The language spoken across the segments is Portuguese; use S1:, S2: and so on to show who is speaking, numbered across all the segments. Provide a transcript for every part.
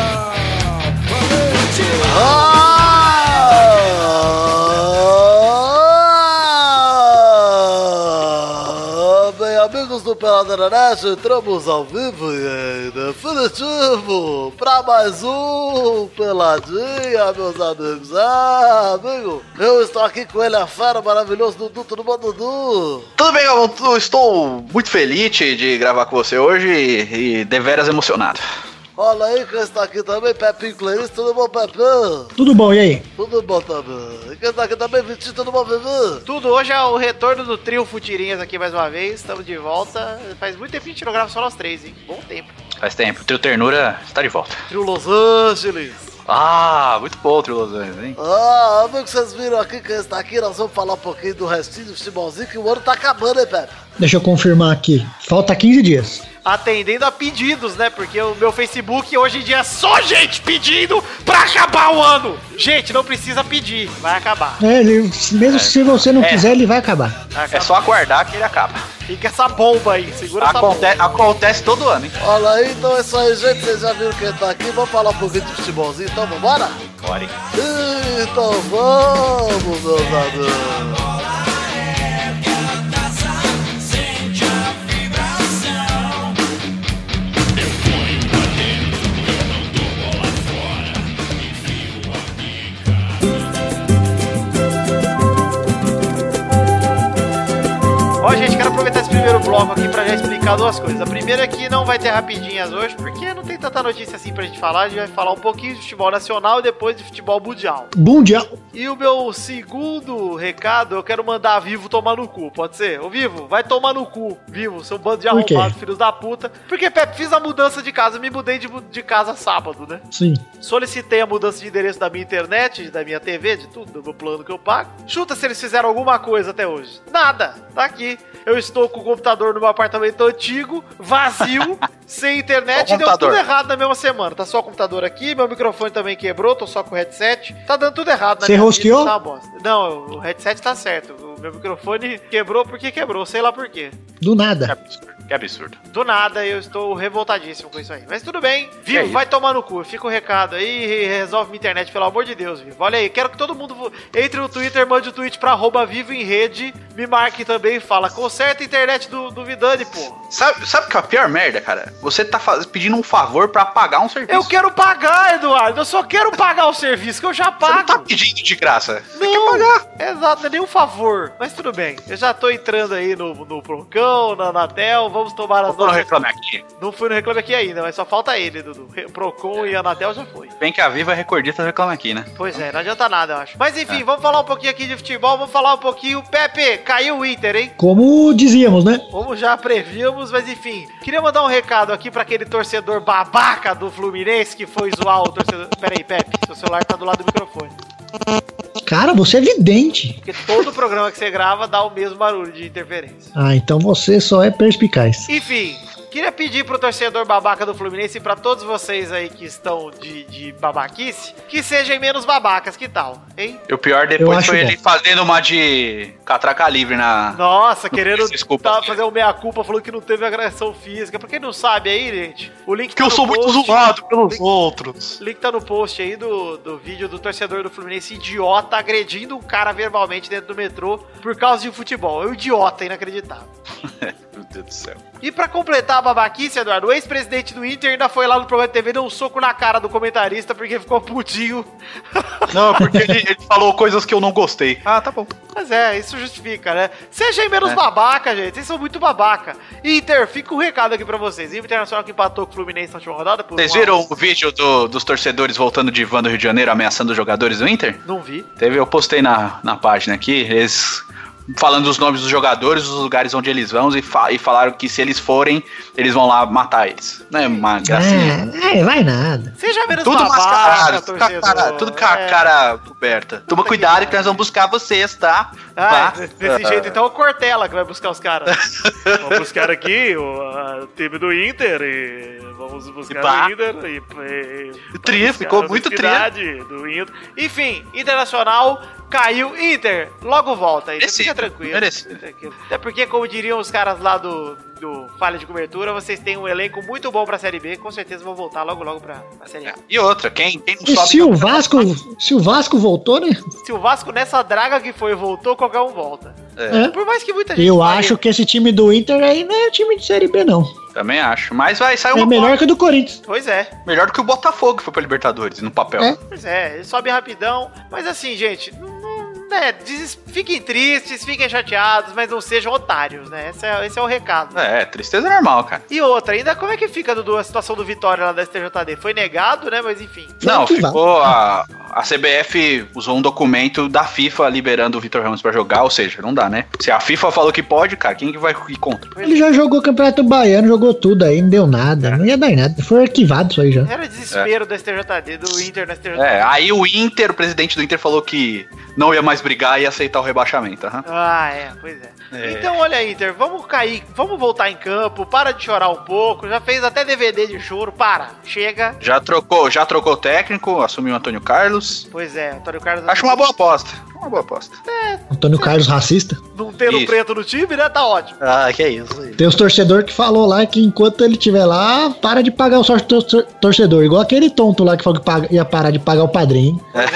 S1: Está valente!
S2: Oh! Ah! Bem, amigos do Peladranete, entramos ao vivo e em definitivo para mais um Peladinha, meus amigos. Ah, amigo, eu estou aqui com ele, a fera maravilhoso Dudu, tudo bom, Dudu?
S3: Tudo bem, Galvão? Tu- Estou muito feliz de- de gravar com você hoje e, e deveras emocionado.
S2: Olha aí quem está aqui também, Pepinho Clarice, tudo bom, Pepinho?
S4: Tudo bom, e aí?
S2: Tudo bom também. E Quem está aqui também, Vitinho, tudo bom, Vivi?
S5: Tudo hoje é o retorno do trio Futirinhas aqui mais uma vez. Estamos de volta. Faz muito tempo que a gente não grava só nós três, hein? Bom tempo.
S3: Faz tempo. Trio Ternura está de volta.
S2: Trio Los Angeles.
S3: Ah, muito bom o Trio Los Angeles, hein?
S2: Ah, amigo, vocês viram aqui quem está aqui, nós vamos falar um pouquinho do restinho do futebolzinho, que o ano tá acabando, hein, Pepe?
S4: Deixa eu confirmar aqui. Falta 15 dias.
S5: Atendendo a pedidos, né? Porque o meu Facebook hoje em dia é só gente pedindo pra acabar o ano. Gente, não precisa pedir. Vai acabar.
S4: É, ele, mesmo se você não
S3: É.
S4: quiser, ele vai acabar.
S5: Vai acabar.
S3: É só aguardar que ele acaba.
S5: Tá Fica essa bomba aí. Segura
S3: Aconte-
S5: essa bomba.
S3: acontece todo ano, hein?
S2: Olha aí, então é isso aí, gente, vocês já viram quem tá aqui, vamos falar um pouquinho de futebolzinho, então vambora?
S3: Bora, hein?
S2: Então vamos, meus amigos.
S5: Ó, gente, quero aproveitar esse primeiro bloco aqui pra já explicar duas coisas. A primeira é que não vai ter rapidinhas hoje, porque não tem tanta notícia assim pra gente falar. A gente vai falar um pouquinho de futebol nacional e depois de futebol mundial.
S4: Bom dia.
S5: E o meu segundo recado, eu quero mandar Vivo tomar no cu, pode ser? Ô Vivo, vai tomar no cu, Vivo, seu bando de
S4: Por quê?
S5: arrombado, filhos da puta. Porque, Pepe, fiz a mudança de casa, me mudei de, de casa sábado, né?
S4: Sim.
S5: Solicitei a mudança de endereço da minha internet, da minha TV, de tudo, do meu plano que eu pago. Chuta se eles fizeram alguma coisa até hoje. Nada, tá aqui. Eu estou com o computador no meu apartamento antigo, vazio, sem internet,
S3: Só o
S5: e deu tudo
S3: computador.
S5: errado na mesma semana. Tá só o computador aqui, meu microfone também quebrou, tô só com o headset. Tá dando tudo errado na
S4: Você
S5: minha
S4: rosqueou?
S5: vida, tá uma bosta. Não, o headset tá certo. O meu microfone quebrou porque quebrou, sei lá por quê.
S4: Do
S3: Que
S4: nada.
S3: absurdo. Que absurdo.
S5: Do nada, eu estou revoltadíssimo com isso aí. Mas tudo bem.
S3: É
S5: Vivo,
S3: isso.
S5: vai tomar no cu. Fica o recado aí e resolve minha internet, pelo amor de Deus, Vivo. Olha aí, quero que todo mundo vo- entre no Twitter, mande o tweet pra arroba vivo em rede, me marque também e fala, conserta a internet do, do Vidani, pô.
S3: Sabe, sabe o que é a pior merda, cara? Você tá faz- pedindo um favor pra pagar um serviço.
S5: Eu quero pagar, Eduardo. Eu só quero pagar o serviço que eu já
S3: Você não tá
S5: pago.
S3: pedindo de graça.
S5: Não, exato, não é nenhum favor. Mas tudo bem, eu já tô entrando aí no, no Procão, na Anatel, vamos tomar as
S3: Vou não
S5: nossas...
S3: reclamar aqui.
S5: Não fui no Reclame Aqui ainda, mas só falta ele, Dudu. Re- Procon e Anatel já foi.
S3: Bem que a Viva Recordista reclama aqui, né?
S5: Pois é, não adianta nada, eu acho. Mas enfim, vamos falar um pouquinho aqui de futebol, vamos falar um pouquinho. Pepe, caiu o Inter, hein?
S4: Como dizíamos, né?
S5: Como já prevíamos, mas enfim. Queria mandar um recado aqui pra aquele torcedor babaca do Fluminense que foi zoar o torcedor. Pera aí, Pepe, seu celular tá do lado do microfone.
S4: Cara, você é vidente.
S5: Porque todo programa que você grava dá o mesmo barulho de interferência.
S4: Ah, então você só é perspicaz.
S5: Enfim, queria pedir pro torcedor babaca do Fluminense e pra todos vocês aí que estão de, de babaquice, que sejam menos babacas, que tal, hein?
S3: E o pior
S4: Eu
S3: depois
S4: acho é.
S3: foi ele
S4: bom.
S3: fazendo uma de catraca livre na.
S5: Nossa, querendo
S3: Desculpa.
S5: tá- fazer o meia-culpa, falando que não teve agressão física. Pra quem não sabe aí, gente, o link tá
S3: Que eu
S5: no
S3: sou muito
S5: post.
S3: zoado pelos
S5: Link-
S3: outros.
S5: O link tá no post aí do, do vídeo do torcedor do Fluminense idiota agredindo um cara verbalmente dentro do metrô por causa de futebol. É um idiota, inacreditável.
S3: Meu Deus do céu.
S5: E pra completar a babaquice, Eduardo, o ex-presidente do Inter ainda foi lá no programa de TV e deu um soco na cara do comentarista porque ficou putinho.
S3: Não, porque ele, ele falou coisas que eu não gostei. Ah, tá bom.
S5: Mas é, isso justifica, né? Sejam
S3: É.
S5: menos babaca, gente. Vocês são muito babaca. Inter, fica um recado aqui pra vocês. E o Internacional que empatou com o Fluminense na última rodada. Por
S3: Vocês
S5: um a
S3: viram
S5: um.
S3: o vídeo do- dos torcedores voltando de van do Rio de Janeiro ameaçando os jogadores do Inter?
S5: Não vi.
S3: Teve, eu postei na, na página aqui, eles falando os nomes dos jogadores, os lugares onde eles vão e, fa- e falaram que se eles forem, eles vão lá matar eles. Não é uma gracinha?
S4: Ah, é, vai nada.
S5: Seja menos
S3: Tudo
S5: babaca,
S3: mascarado, tudo com a
S5: né, torcedor.
S3: cara, tudo com a
S5: É.
S3: cara coberta. Toma
S5: que
S3: cuidado que
S5: pariu.
S3: nós vamos buscar vocês, tá?
S5: Ah,
S3: Vá.
S5: desse jeito, então é o Cortella que vai buscar os caras. vamos buscar aqui o a- o time do Inter e vamos buscar
S3: Bah.
S5: o Inter. E, e,
S3: Tri,
S5: buscar
S3: ficou
S5: a
S3: muito tri. né?
S5: identidade do Inter. Enfim, Internacional caiu. Inter, logo volta. Inter,
S3: Merecido,
S5: fica tranquilo.
S3: merecido.
S5: Fica tranquilo. Até porque, como diriam os caras lá do, do Falha de Cobertura, vocês têm um elenco muito bom pra Série B. Com certeza vão voltar logo, logo pra, pra Série A.
S3: E outra, quem, quem não
S4: E
S3: sobe.
S4: se o Vasco, se o Vasco voltou, né?
S5: Se o Vasco nessa draga que foi e voltou, qualquer um volta.
S3: É.
S5: Por mais que muita gente.
S4: Eu
S5: fale-
S4: acho que esse time do Inter aí não é time de Série B, não.
S3: Também acho. Mas vai, sai
S4: É
S3: uma
S4: melhor que o do Corinthians.
S5: Pois é.
S3: Melhor do que o Botafogo que foi pra Libertadores, no papel.
S4: É.
S5: Pois é, ele sobe rapidão. Mas assim, gente, não, não- né, deses- fiquem tristes, fiquem chateados, mas não sejam otários, né? Esse é, esse é o recado.
S3: É, tristeza normal, cara.
S5: E outra, ainda como é que fica, Dudu, a situação do Vitória lá da STJD? Foi negado, né? Mas enfim.
S4: Vai
S3: não,
S4: que
S3: ficou. A, a CBF usou um documento da FIFA liberando o Vitor Ramos pra jogar, ou seja, não dá, né? Se a FIFA falou que pode, cara, quem que vai ir contra?
S4: Ele já jogou o Campeonato Baiano, jogou tudo aí, não deu
S3: É.
S4: nada. Não ia dar em nada. Foi arquivado isso aí já.
S5: Era desespero da STJD, do Inter na STJD.
S3: É, aí o Inter, o presidente do Inter, falou que não ia mais brigar e ia aceitar o rebaixamento. aham.
S5: Ah, é, pois é.
S3: É.
S5: Então, olha, Inter, vamos cair, vamos voltar em campo, para de chorar um pouco, já fez até DVD de choro, para, chega.
S3: Já trocou, já trocou o técnico, assumiu o Antônio Carlos.
S5: Pois é, Antônio Carlos.
S3: Acho uma boa aposta. Uma boa aposta.
S4: Antônio Carlos racista.
S5: Não tendo
S3: Isso.
S5: preto no time, né? Tá ótimo.
S6: Ah, que é isso.
S4: Tem os torcedor que falou lá que enquanto ele estiver lá, para de pagar o sócio tor- torcedor. Igual aquele tonto lá que falou que paga- ia parar de pagar o padrinho.
S5: Pois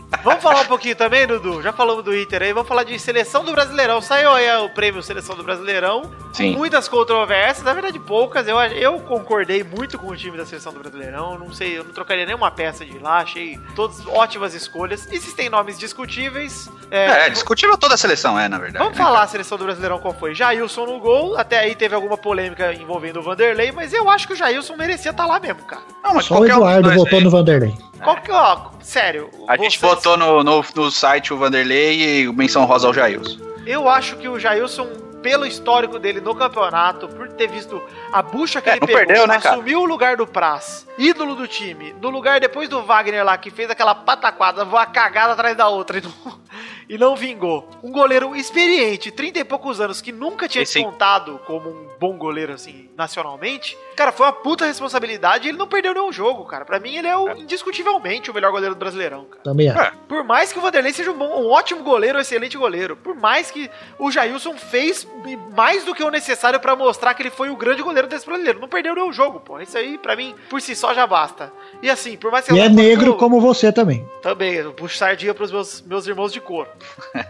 S5: é. Vamos falar um pouquinho também, Dudu? Já falamos do Inter aí, vamos falar de Seleção do Brasileirão. Saiu aí o prêmio Seleção do Brasileirão.
S3: Sim.
S5: Muitas controvérsias, na verdade poucas. Eu, eu concordei muito com o time da Seleção do Brasileirão. Não sei, eu não trocaria nenhuma peça de lá. Achei todas ótimas escolhas. Existem nomes discutíveis.
S3: É,
S5: É,
S3: discutível toda a seleção, é, na verdade.
S5: Vamos
S3: né,
S5: falar a seleção do Brasileirão qual foi. Jailson no gol, até aí teve alguma polêmica envolvendo o Vanderlei, mas eu acho que o Jailson merecia estar lá mesmo, cara.
S3: cara? Não, mas
S4: Só o
S3: qualquer um dos
S4: Eduardo
S3: dois
S4: voltou
S3: aí.
S4: no Vanderlei.
S5: Qual que, ó, sério.
S3: É. A gente
S5: vocês-
S3: botou no, no, no site o Vanderlei e o menção rosa ao Jailson.
S5: Eu acho que o Jailson, pelo histórico dele no campeonato, por ter visto a bucha que
S3: É,
S5: ele
S3: não
S5: pegou,
S3: perdeu, né, cara?
S5: assumiu o lugar do Praz, ídolo do time, no lugar depois do Wagner lá, que fez aquela pataquada, uma cagada atrás da outra e não, e não vingou. Um goleiro experiente, 30 e poucos anos, que nunca tinha
S3: Esse-
S5: despontado como um bom goleiro, assim, nacionalmente. Cara, foi uma puta responsabilidade e ele não perdeu nenhum jogo, cara. Pra mim, ele é o- indiscutivelmente o melhor goleiro do Brasileirão, cara.
S4: Também é. acho.
S5: Por mais que o Vanderlei seja um, bom- um ótimo goleiro, um excelente goleiro, por mais que o Jailson fez mais do que o necessário pra mostrar que ele foi o grande goleiro desse brasileiro, não perdeu nenhum jogo, pô. Isso aí pra mim por si só já basta. E assim, por mais que
S4: E é
S5: não fosse
S4: negro
S5: o-
S4: como você também.
S5: também, eu puxo sardinha pros meus, meus irmãos de cor.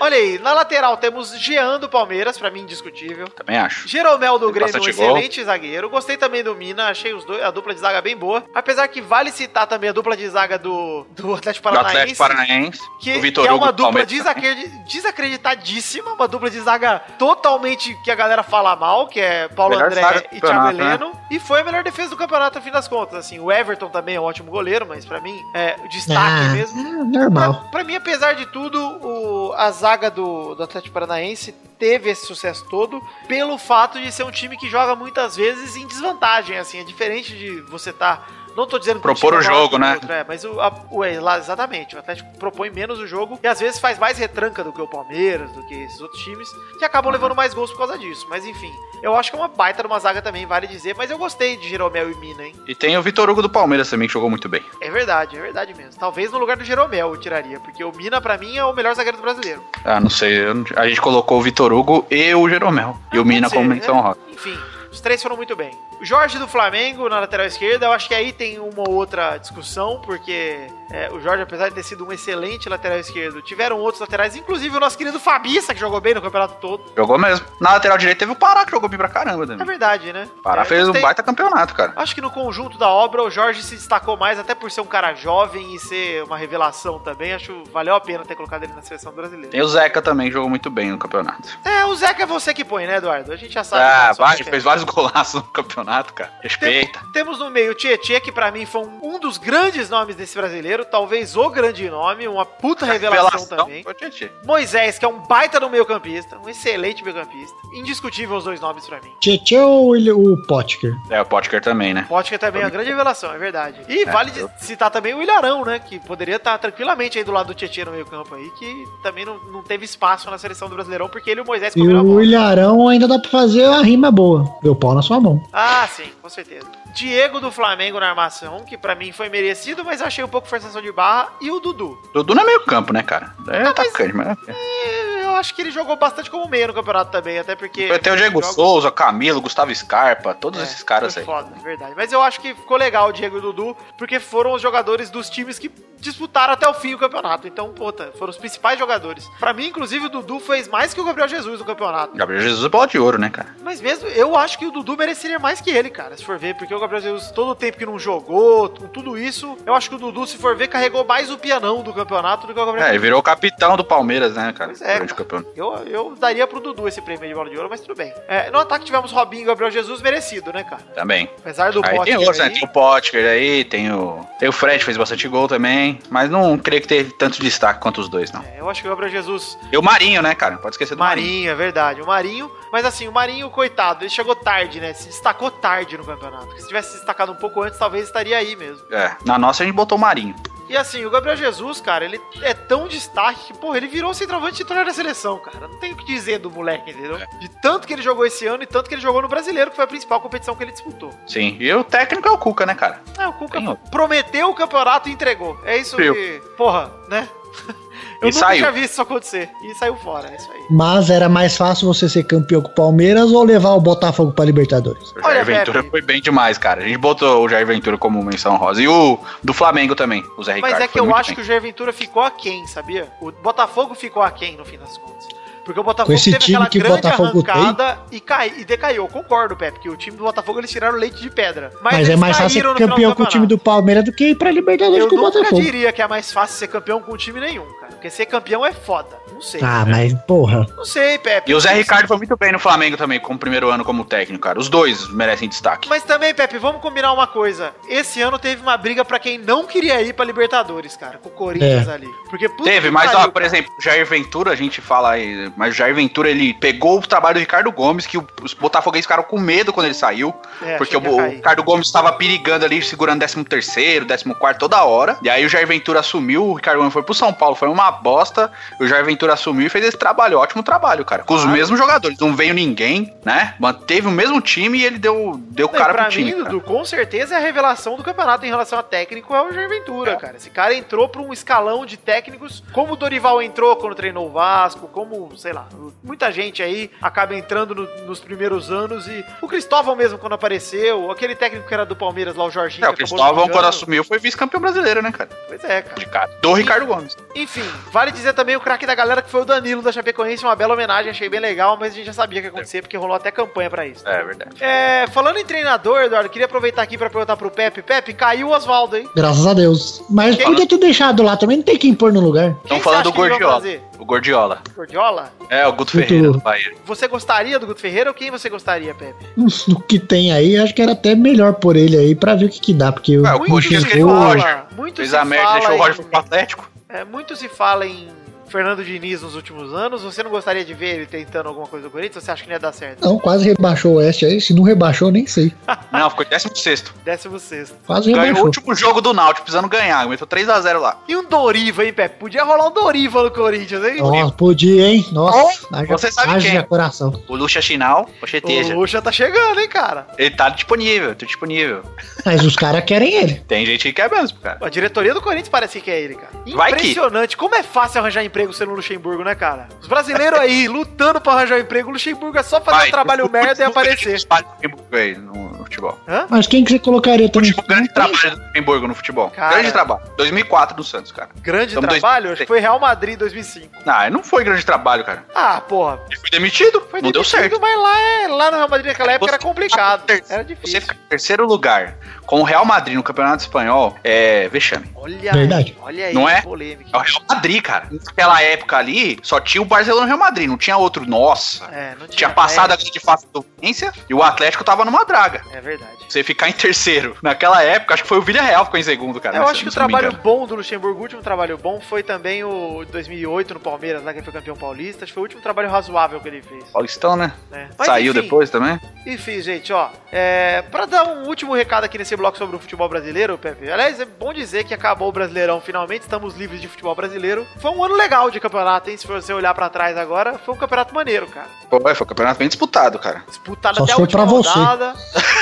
S5: Olha aí, na lateral temos Jean do Palmeiras, pra mim indiscutível.
S3: Também acho.
S5: Jeromel do
S3: Tem
S5: Grêmio, um
S3: bastante gol.
S5: excelente zagueiro. Gostei também do Mina, achei os dois, a dupla de zaga bem boa. Apesar que vale citar também a dupla de zaga do, do Atlético
S3: Do
S5: Paranaense.
S3: Atlético Paranaense,
S5: Que,
S3: o Vitor
S5: que é
S3: Hugo
S5: uma
S3: do
S5: dupla
S3: Palmeiras.
S5: desacredi- desacreditadíssima, uma dupla de zaga totalmente que a galera fala mal, que é Paulo
S3: Melhor zaga
S5: André
S3: do
S5: e Thiago
S3: campeonato, né?
S5: Heleno. E foi a melhor defesa do campeonato, no fim das contas. Assim, o Everton também é um ótimo goleiro, mas pra mim é o destaque
S4: Ah,
S5: mesmo.
S4: é normal.
S5: Pra, pra mim, apesar de tudo, o- a zaga do, do Atlético Paranaense teve esse sucesso todo pelo fato de ser um time que joga muitas vezes em desvantagem, assim, é diferente de você tá não tô dizendo que
S3: Propor
S5: time
S3: o
S5: é maior
S3: jogo,
S5: que
S3: né?
S5: outro, é, mas o, a- o- é, lá, exatamente, o Atlético propõe menos o jogo e às vezes faz mais retranca do que o Palmeiras, do que esses outros times, que acabam levando mais gols por causa disso. Mas enfim, eu acho que é uma baita de uma zaga também, vale dizer, mas eu gostei de Jeromel e Mina, hein?
S3: E tem o Vitor Hugo do Palmeiras também, que jogou muito bem.
S5: É verdade, é verdade mesmo. Talvez no lugar do Jeromel eu tiraria, porque o Mina, pra mim, é o melhor zagueiro do brasileiro.
S3: Ah, não sei. eu não- A gente colocou o Vitor Hugo e o Jeromel. E o
S5: Pode
S3: Mina
S5: ser,
S3: como
S5: né?
S3: menção rosa.
S5: Enfim, os três foram muito bem. O Jorge do Flamengo na lateral esquerda, eu acho que aí tem uma ou outra discussão, porque é, o Jorge, apesar de ter sido um excelente lateral esquerdo, tiveram outros laterais, inclusive o nosso querido Fabiça, que jogou bem no campeonato todo.
S3: Jogou mesmo. Na lateral direita teve o Pará, que jogou bem pra caramba
S5: É
S3: também.
S5: verdade, né?
S3: Pará
S5: É,
S3: fez um
S5: tem-
S3: baita campeonato, cara.
S5: Acho que no conjunto da obra o Jorge se destacou mais, até por ser um cara jovem e ser uma revelação também. Acho que valeu a pena ter colocado ele na seleção brasileira.
S3: Tem o Zeca também, que jogou muito bem no campeonato.
S5: É, o Zeca é você que põe, né, Eduardo? A gente já sabe.
S3: Ah,
S5: né, só
S3: vai,
S5: que é.
S3: fez vários golaços no campeonato, cara. Respeita.
S5: Temos no meio o Tietchan, que pra mim foi um- um dos grandes nomes desse brasileiro, talvez o grande nome, uma puta revelação, também.
S3: Ô, Tietê.
S5: Moisés, que é um baita no meio-campista, um excelente meio-campista. Indiscutível os dois nomes pra mim.
S4: Tietchan ou o Willi- o Potker?
S3: É, o Potker também, né?
S5: Potker também é uma grande revelação, é verdade. E vale de citar também o Ilharão, né? Que poderia estar tranquilamente aí do lado do Tietchan no meio-campo aí, que também não, não teve espaço na seleção do Brasileirão, porque ele e o Moisés
S4: E
S5: comeram a bola.
S4: o Ilharão ainda dá pra fazer a rima boa. Meu pau na sua mão.
S5: Ah, Ah, sim, com certeza. Diego do Flamengo na armação, que pra mim foi merecido, mas achei um pouco forçação de barra. E o Dudu.
S3: Dudu não é meio campo, né, cara? É
S5: mas-
S3: atacante, mas...
S5: E eu acho que ele jogou bastante como meia no campeonato também, até porque.
S3: Tem o Diego
S5: Jogos-
S3: Souza, Camilo, Gustavo Scarpa, todos
S5: É,
S3: esses caras
S5: foi
S3: aí.
S5: Foda, é verdade. Mas eu acho que ficou legal o Diego e o Dudu, porque foram os jogadores dos times que disputaram até o fim o campeonato. Então, puta, foram os principais jogadores. Pra mim, inclusive, o Dudu fez mais que o Gabriel Jesus no campeonato.
S3: Gabriel Jesus é bola de ouro, né, cara?
S5: Mas mesmo, eu acho que o Dudu mereceria mais que ele, cara, se for ver, porque o Gabriel Jesus, todo o tempo que não jogou, com tudo isso, eu acho que o Dudu, se for ver, carregou mais o pianão do campeonato do que o Gabriel
S3: É, ele virou o capitão do Palmeiras, né, cara?
S5: Pois é,
S3: Durante o
S5: cara.
S3: campeonato.
S5: Eu, eu daria pro Dudu esse prêmio de bola de ouro, mas tudo bem. É, no ataque tivemos Robinho e Gabriel Jesus merecido, né, cara?
S3: Também.
S5: Apesar do
S3: Aí
S5: pote
S3: tem outros, né? Tem o Potker aí, tem o. Tem o Fred, fez bastante gol também. Mas não creio que teve tanto destaque quanto os dois, não.
S5: É, eu acho que o Gabriel Jesus.
S3: E o Marinho, né, cara? Pode esquecer do Marinho.
S5: Marinho, é verdade. O Marinho. Mas assim, o Marinho, coitado, ele chegou tarde, né? Se destacou tarde no campeonato. Porque Se tivesse se destacado um pouco antes, talvez estaria aí mesmo.
S3: É, na nossa a gente botou o Marinho.
S5: E assim, o Gabriel Jesus, cara, ele é tão destaque que, porra, ele virou o centroavante titular da seleção, cara. Não tem o que dizer do moleque, entendeu?
S3: É.
S5: De tanto que ele jogou esse ano e tanto que ele jogou no brasileiro, que foi a principal competição que ele disputou.
S3: Sim. E o técnico é o Cuca, né, cara?
S5: É, o Cuca
S3: Tem outro.
S5: prometeu o campeonato e entregou. É isso
S3: Viu.
S5: que. Porra, né? Eu
S3: E
S5: nunca
S3: saiu.
S5: tinha visto isso acontecer. E saiu fora, é isso aí.
S4: Mas era mais fácil você ser campeão com o Palmeiras ou levar o Botafogo pra Libertadores?
S3: O
S5: Olha,
S3: Jair Ventura
S5: Pepe.
S3: foi bem demais, cara. A gente botou o Jair Ventura como menção rosa. E o do Flamengo também, o Zé Ricardo.
S5: Mas é que
S3: foi
S5: eu
S3: muito
S5: acho
S3: bem.
S5: que o Jair Ventura ficou aquém, sabia? O Botafogo ficou aquém no fim das contas. Porque o
S4: Com
S5: Botafogo
S4: esse
S5: teve
S4: time
S5: aquela
S4: que o
S5: grande
S4: Botafogo
S5: arrancada e, cai, e decaiu. Eu concordo, Pepe, que o time do Botafogo eles tiraram leite de pedra. Mas,
S4: Mas, é
S5: eles
S4: mais fácil ser
S5: caíram no final
S4: campeão com o time do Palmeiras do que ir pra Libertadores
S5: Eu
S4: com o
S5: nunca
S4: Botafogo.
S5: diria que é mais fácil ser campeão com time nenhum, cara. Porque ser campeão é foda. Não sei.
S4: Ah, mas porra.
S5: Não sei, Pepe.
S3: E o Zé
S5: Não sei.
S3: Ricardo foi muito bem no Flamengo também, como primeiro ano como técnico, cara. Os dois merecem destaque.
S5: Mas também, Pepe, vamos combinar uma coisa. Esse ano teve uma briga pra quem não queria ir pra Libertadores, cara, com o Corinthians
S4: É.
S5: ali. Porque puta
S3: Teve,
S5: que
S3: mas ó,
S5: pariu,
S3: por
S5: cara.
S3: exemplo, o Jair Ventura, a gente fala aí, mas o Jair Ventura ele pegou o trabalho do Ricardo Gomes, que o- os botafoguenses ficaram com medo quando ele saiu,
S5: É,
S3: porque
S5: achei
S3: o,
S5: que ia
S3: o
S5: cair.
S3: Ricardo Gomes estava perigando ali, segurando 13º, 14º toda hora. E aí o Jair Ventura assumiu, o Ricardo Gomes foi pro São Paulo, foi uma bosta. O Jair Ventura assumiu e fez esse trabalho, ótimo trabalho, cara. Com os mesmos jogadores, não veio ninguém, né? Manteve o mesmo time e ele deu deu
S5: Não, e
S3: cara
S5: É, pra
S3: pro time.
S5: mim,
S3: cara.
S5: Dudu, com certeza é a revelação do campeonato em relação a técnico é o Jair Ventura, cara. Esse cara entrou pra um escalão de técnicos, como o Dorival entrou quando treinou o Vasco, como, sei lá, muita gente aí acaba entrando no- nos primeiros anos e o Cristóvão mesmo quando apareceu, aquele técnico que era do Palmeiras lá, o Jorginho.
S3: É, o
S5: que acabou
S3: Cristóvão,
S5: não
S3: quando
S5: jogando.
S3: assumiu, foi vice-campeão brasileiro, né, cara?
S5: Pois é, cara.
S3: De cara. Do Ricardo Gomes.
S5: Enfim, vale dizer também o craque da galera que foi o Danilo da Chapecoense, uma bela homenagem, achei bem legal, mas a gente já sabia que ia acontecer porque rolou até campanha pra isso. né?
S3: É verdade.
S5: É, falando em treinador, Eduardo, queria aproveitar aqui pra perguntar pro Pepe. Pepe, caiu o Oswaldo, hein?
S4: Graças a Deus. Mas
S5: Quem-
S4: podia ter deixado lá também, não tem quem pôr no lugar.
S5: Quem
S3: Estão falando
S5: você
S3: do
S5: acha que eles vão
S3: Gordiola.
S5: fazer?
S3: O Gordiola.
S5: Gordiola?
S3: É, o Guto
S4: Guto.
S3: Ferreira do Bahia.
S5: Você gostaria do Guto Ferreira ou quem você gostaria, Pepe?
S4: Hum, O que tem aí, acho que era até melhor por ele aí pra ver o que, que dá, porque
S3: Ah, o
S4: não
S3: Corinthians
S4: tem
S3: que
S4: gol.
S3: fala.
S5: muito
S3: Fez
S5: se
S3: a merda,
S5: fala
S3: deixou o Roger
S5: em-
S3: pro Atlético.
S5: é, muito se fala em Fernando Diniz nos últimos anos. Você não gostaria de ver ele tentando alguma coisa do Corinthians? Você acha que não ia dar certo?
S4: Não, quase rebaixou o Oeste aí. Se não rebaixou, nem sei.
S3: Não, ficou em 16.
S5: Décimo sexto.
S4: Quase
S3: Ganhou o
S4: rebaixou.
S3: último jogo do Náutico, precisando ganhar. Meteu 3x0 lá.
S5: E um Doriva, hein, Pepe? Podia rolar um Doriva no Corinthians, hein?
S4: Nossa, podia, hein? Nossa,
S3: Oh,
S4: haja,
S3: você sabe
S4: haja
S3: quem é.
S4: coração.
S3: O Lucha Chinal, pocheteja.
S5: o Lucha tá chegando, hein, cara?
S3: Ele tá disponível, tá disponível.
S4: Mas os caras querem ele.
S3: Tem gente que quer mesmo, cara.
S5: A diretoria do Corinthians parece que é ele, cara.
S3: Vai que-
S5: Impressionante. Como é fácil arranjar emprego sendo o Luxemburgo, né, cara? Os brasileiros aí lutando pra arranjar emprego. O Luxemburgo é só fazer
S3: Vai, é
S5: um trabalho
S3: o-
S5: merda e
S3: o-
S5: aparecer.
S3: o- o- o- No no futebol.
S4: Mas quem que você colocaria também?
S3: Futebol, um grande trabalho do Luxemburgo no futebol.
S5: Cara.
S3: Grande trabalho. 2004 do Santos, cara.
S5: Grande
S3: Então,
S5: trabalho?
S3: 2000.
S5: Acho que foi Real Madrid 2005.
S3: Não, não foi grande trabalho, cara.
S5: Ah, porra.
S3: Ele foi demitido,
S5: Foi
S3: não deu
S5: demitido,
S3: certo.
S5: Mas lá, é- lá no Real Madrid naquela época
S3: Você
S5: era complicado.
S3: ficar em
S5: Era
S3: Você
S5: difícil.
S3: ficar em terceiro lugar com o Real Madrid no Campeonato Espanhol é vexame.
S5: Olha
S4: Verdade.
S5: aí. Olha aí.
S3: Não é? É o
S5: Polêmica.
S3: Real Madrid, cara. Naquela época ali, só tinha o Barcelona e o Real Madrid, não tinha outro. Nossa.
S5: É, não
S3: Tinha passado a grande fase do Valência e o Atlético tava numa draga.
S5: É verdade.
S3: Você ficar em terceiro. Naquela época, acho que foi o Villarreal que ficou em segundo, cara.
S5: Eu
S3: né,
S5: acho
S3: se-
S5: que o
S3: se não me
S5: trabalho
S3: engano.
S5: bom do Luxemburgo, o último trabalho bom, foi também o 2008 no Palmeiras, lá que ele foi campeão paulista. Acho que foi o último trabalho razoável que ele fez.
S3: Paulistão, né?
S5: né?
S3: Saiu
S5: enfim,
S3: depois também.
S5: Enfim, gente, ó. É, pra dar um último recado aqui nesse bloco sobre o futebol brasileiro, Pepe. Aliás, é bom dizer que acabou o Brasileirão finalmente, estamos livres de futebol brasileiro. Foi um ano legal de campeonato, hein? Se você olhar pra trás agora, foi um campeonato maneiro, cara.
S3: é, Pô, foi um campeonato bem disputado, cara.
S5: Disputado
S4: Só
S5: até a
S4: foi
S5: última
S4: pra você.
S5: rodada.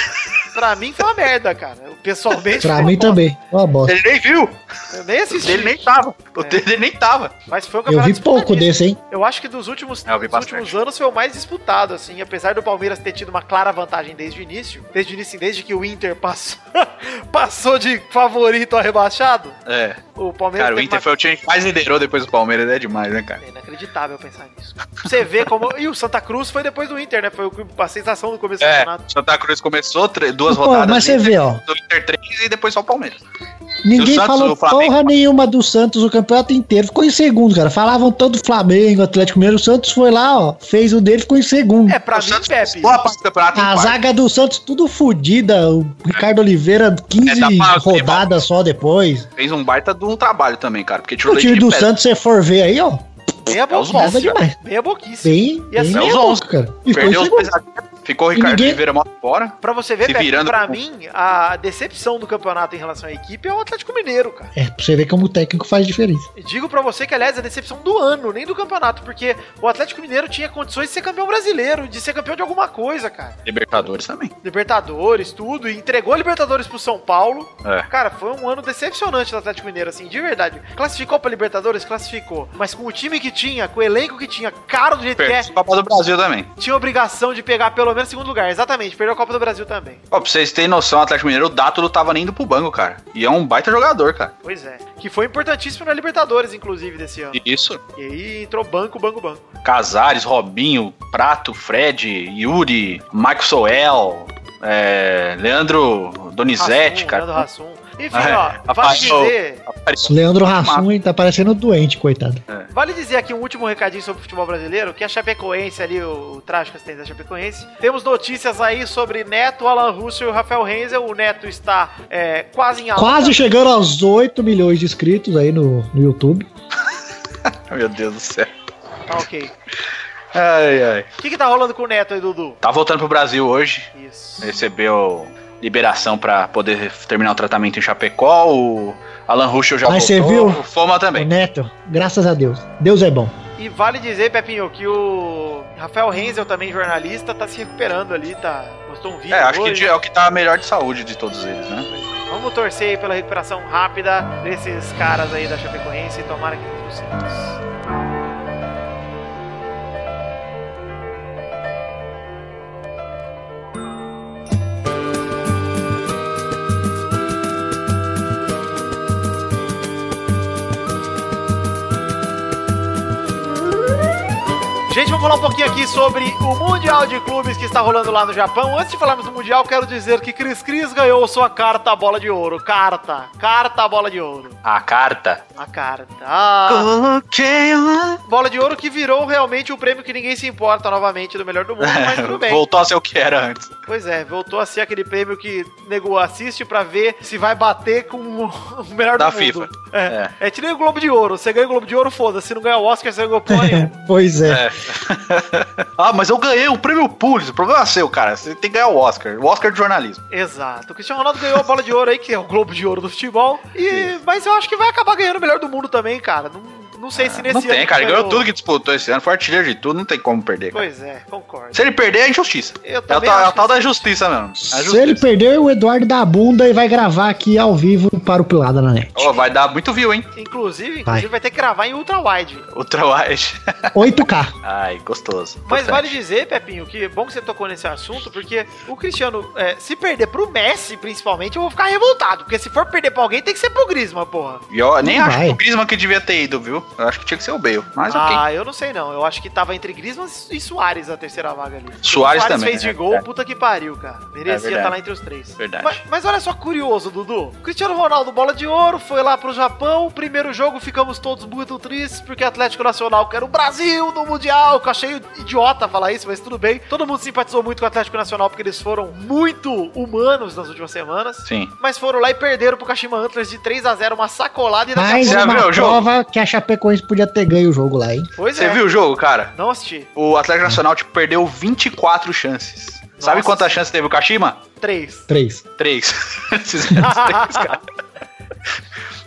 S5: Pra mim foi uma merda, cara. Eu, pessoalmente.
S4: Pra
S5: foi uma
S4: mim
S5: bosta.
S4: também. Uma bosta.
S3: Ele nem viu.
S5: Eu nem
S3: O
S5: assisti.
S3: dele nem tava. O
S5: É.
S3: dele nem tava.
S5: Mas foi um
S4: Eu vi pouco
S5: disputadíssimo.
S4: desse, hein?
S5: Eu acho que dos últimos,
S3: É, eu vi
S5: dos últimos
S3: bastante.
S5: anos foi o mais disputado, assim. Apesar do Palmeiras ter tido uma clara vantagem desde o início. Desde o início, desde que o Inter passou, passou de favorito a rebaixado.
S3: É.
S5: O Palmeiras
S3: Cara, o
S5: teve
S3: Inter
S5: uma-
S3: foi o time que mais liderou depois do Palmeiras. É demais, né, cara?
S5: É inacreditável pensar nisso. Você vê como. E o Santa Cruz foi depois do Inter, né? Foi o clube- a sensação do começo do
S3: É,
S5: campeonato.
S3: Santa Cruz começou tre- duas
S4: Pô,
S3: rodadas. né?
S4: mas você
S3: ali,
S4: vê, ó.
S3: Do Inter 3 e depois só o Palmeiras. E
S4: Ninguém
S3: o Santos,
S4: falou
S3: o Flamengo-
S4: porra nenhuma do Santos o campeonato inteiro. Ficou em segundo, cara. Falavam tanto do Flamengo, Atlético Mineiro. O Santos foi lá, ó. Fez o dele, ficou em segundo.
S5: É, pra
S3: o
S5: mim,
S3: Santos
S5: Pepe.
S3: boa parte do campeonato em
S4: A
S3: quarto.
S4: zaga do Santos tudo fodida. O Ricardo Oliveira, 15
S3: É, dá pra-
S4: rodadas só depois.
S3: Fez um baita de um trabalho também, cara. Porque tirou
S4: O time
S3: leite de
S4: do
S3: pedra.
S4: Santos, você for ver aí, ó.
S5: Meia
S3: É os
S4: Nada
S5: boquice.
S3: onze,
S4: demais.
S5: Meia boquice.
S4: Bem, bem
S5: assim,
S4: meia
S3: é os
S4: boca,
S3: 11.
S4: cara. E ficou em
S3: Perdeu os
S4: segundo.
S3: pesadinhos. Ficou o
S4: E
S3: Ricardo
S4: ninguém-
S3: Oliveira mó fora.
S5: Pra você ver,
S3: Se
S5: Pepe,
S3: virando
S5: pra
S3: com-
S5: mim, a decepção do campeonato em relação à equipe é o Atlético Mineiro, cara.
S4: É, pra você ver como o técnico faz diferença.
S5: E Digo pra você que, aliás, é a decepção do ano, nem do campeonato, porque o Atlético Mineiro tinha condições de ser campeão brasileiro, de ser campeão de alguma coisa, cara.
S3: Libertadores também.
S5: Libertadores, tudo, e entregou a Libertadores pro São Paulo.
S3: É.
S5: Cara, foi um ano decepcionante do Atlético Mineiro, assim, de verdade. Classificou pra Libertadores? Classificou. Mas com o time que tinha, com o elenco que tinha, caro do jeito
S3: Perdeu
S5: que
S3: a Copa do Brasil também.
S5: é, tinha obrigação de pegar pelo menos segundo lugar. Exatamente, perdeu a Copa do Brasil também.
S3: Ó, pra vocês terem noção, o Atlético Mineiro, o Dato não tava nem indo pro banco, cara. E é um baita jogador, cara.
S5: Pois é. Que foi importantíssimo na Libertadores, inclusive, desse ano.
S3: E isso,
S5: E aí entrou banco, banco, banco.
S3: Casares, Robinho, Prato, Fred, Yuri, Michael Soel, é, Leandro Donizete,
S5: Hassum,
S3: cara.
S5: Leandro Hassum. Enfim,
S3: É,
S5: ó, vale
S3: rapaz,
S5: dizer,
S3: Apareceu-
S4: Leandro Rassum, ele tá parecendo doente, coitado.
S5: Vale dizer aqui um último recadinho sobre o futebol brasileiro, que é a Chapecoense ali, o, o trágico acidente da Chapecoense. Temos notícias aí sobre Neto, Alan Russo e o Rafael Renzel. O Neto está é, quase em alta.
S4: Quase chegando aos 8 milhões de inscritos aí no, no YouTube.
S3: Meu Deus do céu.
S5: Ah, ok.
S3: Ai, ai.
S5: O que, que tá rolando com o Neto aí, Dudu?
S3: Tá voltando pro Brasil hoje.
S5: Isso.
S3: Recebeu liberação pra poder terminar o tratamento em Chapecó. O Alan Ruschel já
S4: Mas
S3: voltou.
S4: você viu?
S3: O Foma
S4: O
S3: também.
S4: Neto, graças a Deus. Deus é bom.
S5: E vale dizer, Pepinho, que o Rafael Renzel, também jornalista, tá se recuperando ali, tá. Postou um vídeo.
S3: É, acho que
S5: hoje.
S3: de- é o que tá melhor de saúde de todos eles, né?
S5: Vamos torcer aí pela recuperação rápida desses caras aí da Chapecoense e tomara que tudo certo. Gente, vamos falar um pouquinho aqui sobre o Mundial de Clubes que está rolando lá no Japão. Antes de falarmos do Mundial, quero dizer que Cris Cris ganhou sua carta bola de ouro. Carta, carta bola de ouro.
S3: A carta.
S5: A carta. Ah,
S3: Coloquei lá.
S5: bola de ouro que virou realmente o prêmio que ninguém se importa novamente do melhor do mundo, mas
S3: É,
S5: tudo bem.
S3: Voltou a ser o que era antes.
S5: Pois é, voltou a ser aquele prêmio que nego assiste pra ver se vai bater com o o melhor
S3: Da
S5: do mundo.
S3: FIFA.
S5: É. é. que nem o Globo de Ouro. Você ganha o Globo de Ouro, foda-se. Se não ganha o Oscar, você ganhou porra nenhuma.
S4: Pois é.
S3: É. ah, mas eu ganhei o prêmio Pulitzer. O problema é seu, cara. Você tem que ganhar o Oscar. O Oscar de jornalismo.
S5: Exato. O Cristiano Ronaldo ganhou a bola de ouro aí, que é o Globo de Ouro do futebol. E, mas eu acho que vai acabar ganhando o melhor do mundo também, cara. Não, não sei se nesse
S3: Ah, não tem,
S5: ano
S3: cara. Ele Ganhou tudo que disputou esse ano. Foi artilheiro de tudo. Não tem como perder, cara.
S5: Pois é, concordo.
S3: Se ele perder, é injustiça.
S5: Eu
S3: É o,
S5: também
S3: tal, é o
S5: acho
S3: tal
S5: que-
S3: da justiça mesmo. É a
S4: Se ele
S3: justiça.
S4: perder, o Eduardo da bunda e vai gravar aqui ao vivo para o Pilada na net.
S3: Ó, vai dar muito view, hein?
S5: Inclusive,
S4: Vai.
S5: inclusive vai ter que gravar em ultra-wide.
S3: Ultra Wide.
S4: 8K.
S3: Ai, gostoso.
S5: Mas
S3: Importante.
S5: vale dizer, Pepinho, que é bom que você tocou nesse assunto, porque o Cristiano, é, se perder pro Messi, principalmente, eu vou ficar revoltado. Porque se for perder pra alguém, tem que ser pro Griezmann, porra.
S3: E eu nem
S4: Não
S3: acho
S4: vai.
S3: que o Griezmann que devia ter ido, viu? Eu acho que tinha que ser o Bale. Mas ok.
S5: Ah, eu não sei não. Eu acho que tava entre Griezmann e Soares a terceira vaga ali.
S3: Suárez
S5: O
S3: também,
S5: fez
S3: né?
S5: de gol,
S3: É.
S5: puta que pariu, cara.
S3: É
S5: Merecia
S3: verdade.
S5: estar lá entre os três.
S3: Verdade.
S5: Mas, mas olha só que curioso, Dudu. Cristiano Ronaldo, bola de ouro, foi lá pro Japão. Primeiro jogo, ficamos todos muito tristes, porque Atlético Nacional quer o Brasil no Mundial. Que eu achei idiota falar isso, mas tudo bem. Todo mundo simpatizou muito com o Atlético Nacional, porque eles foram muito humanos nas últimas semanas.
S3: Sim.
S5: Mas foram lá e perderam pro Kashima Antlers de 3 a 0 uma sacolada e
S4: Mais
S3: Você
S4: uma
S3: abriu o jogo?
S4: prova que a Chapecoense podia ter ganho o jogo lá, hein?
S5: Pois
S3: Você
S5: é.
S3: viu o jogo, cara?
S5: Não assisti.
S3: O Atlético Nacional, tipo, perdeu 24 chances. Sabe
S5: Nossa
S3: quantas
S5: Senhora.
S3: chances teve o Kashima?
S5: 3.
S4: Três.
S3: Três. Eles fizeram os três, cara.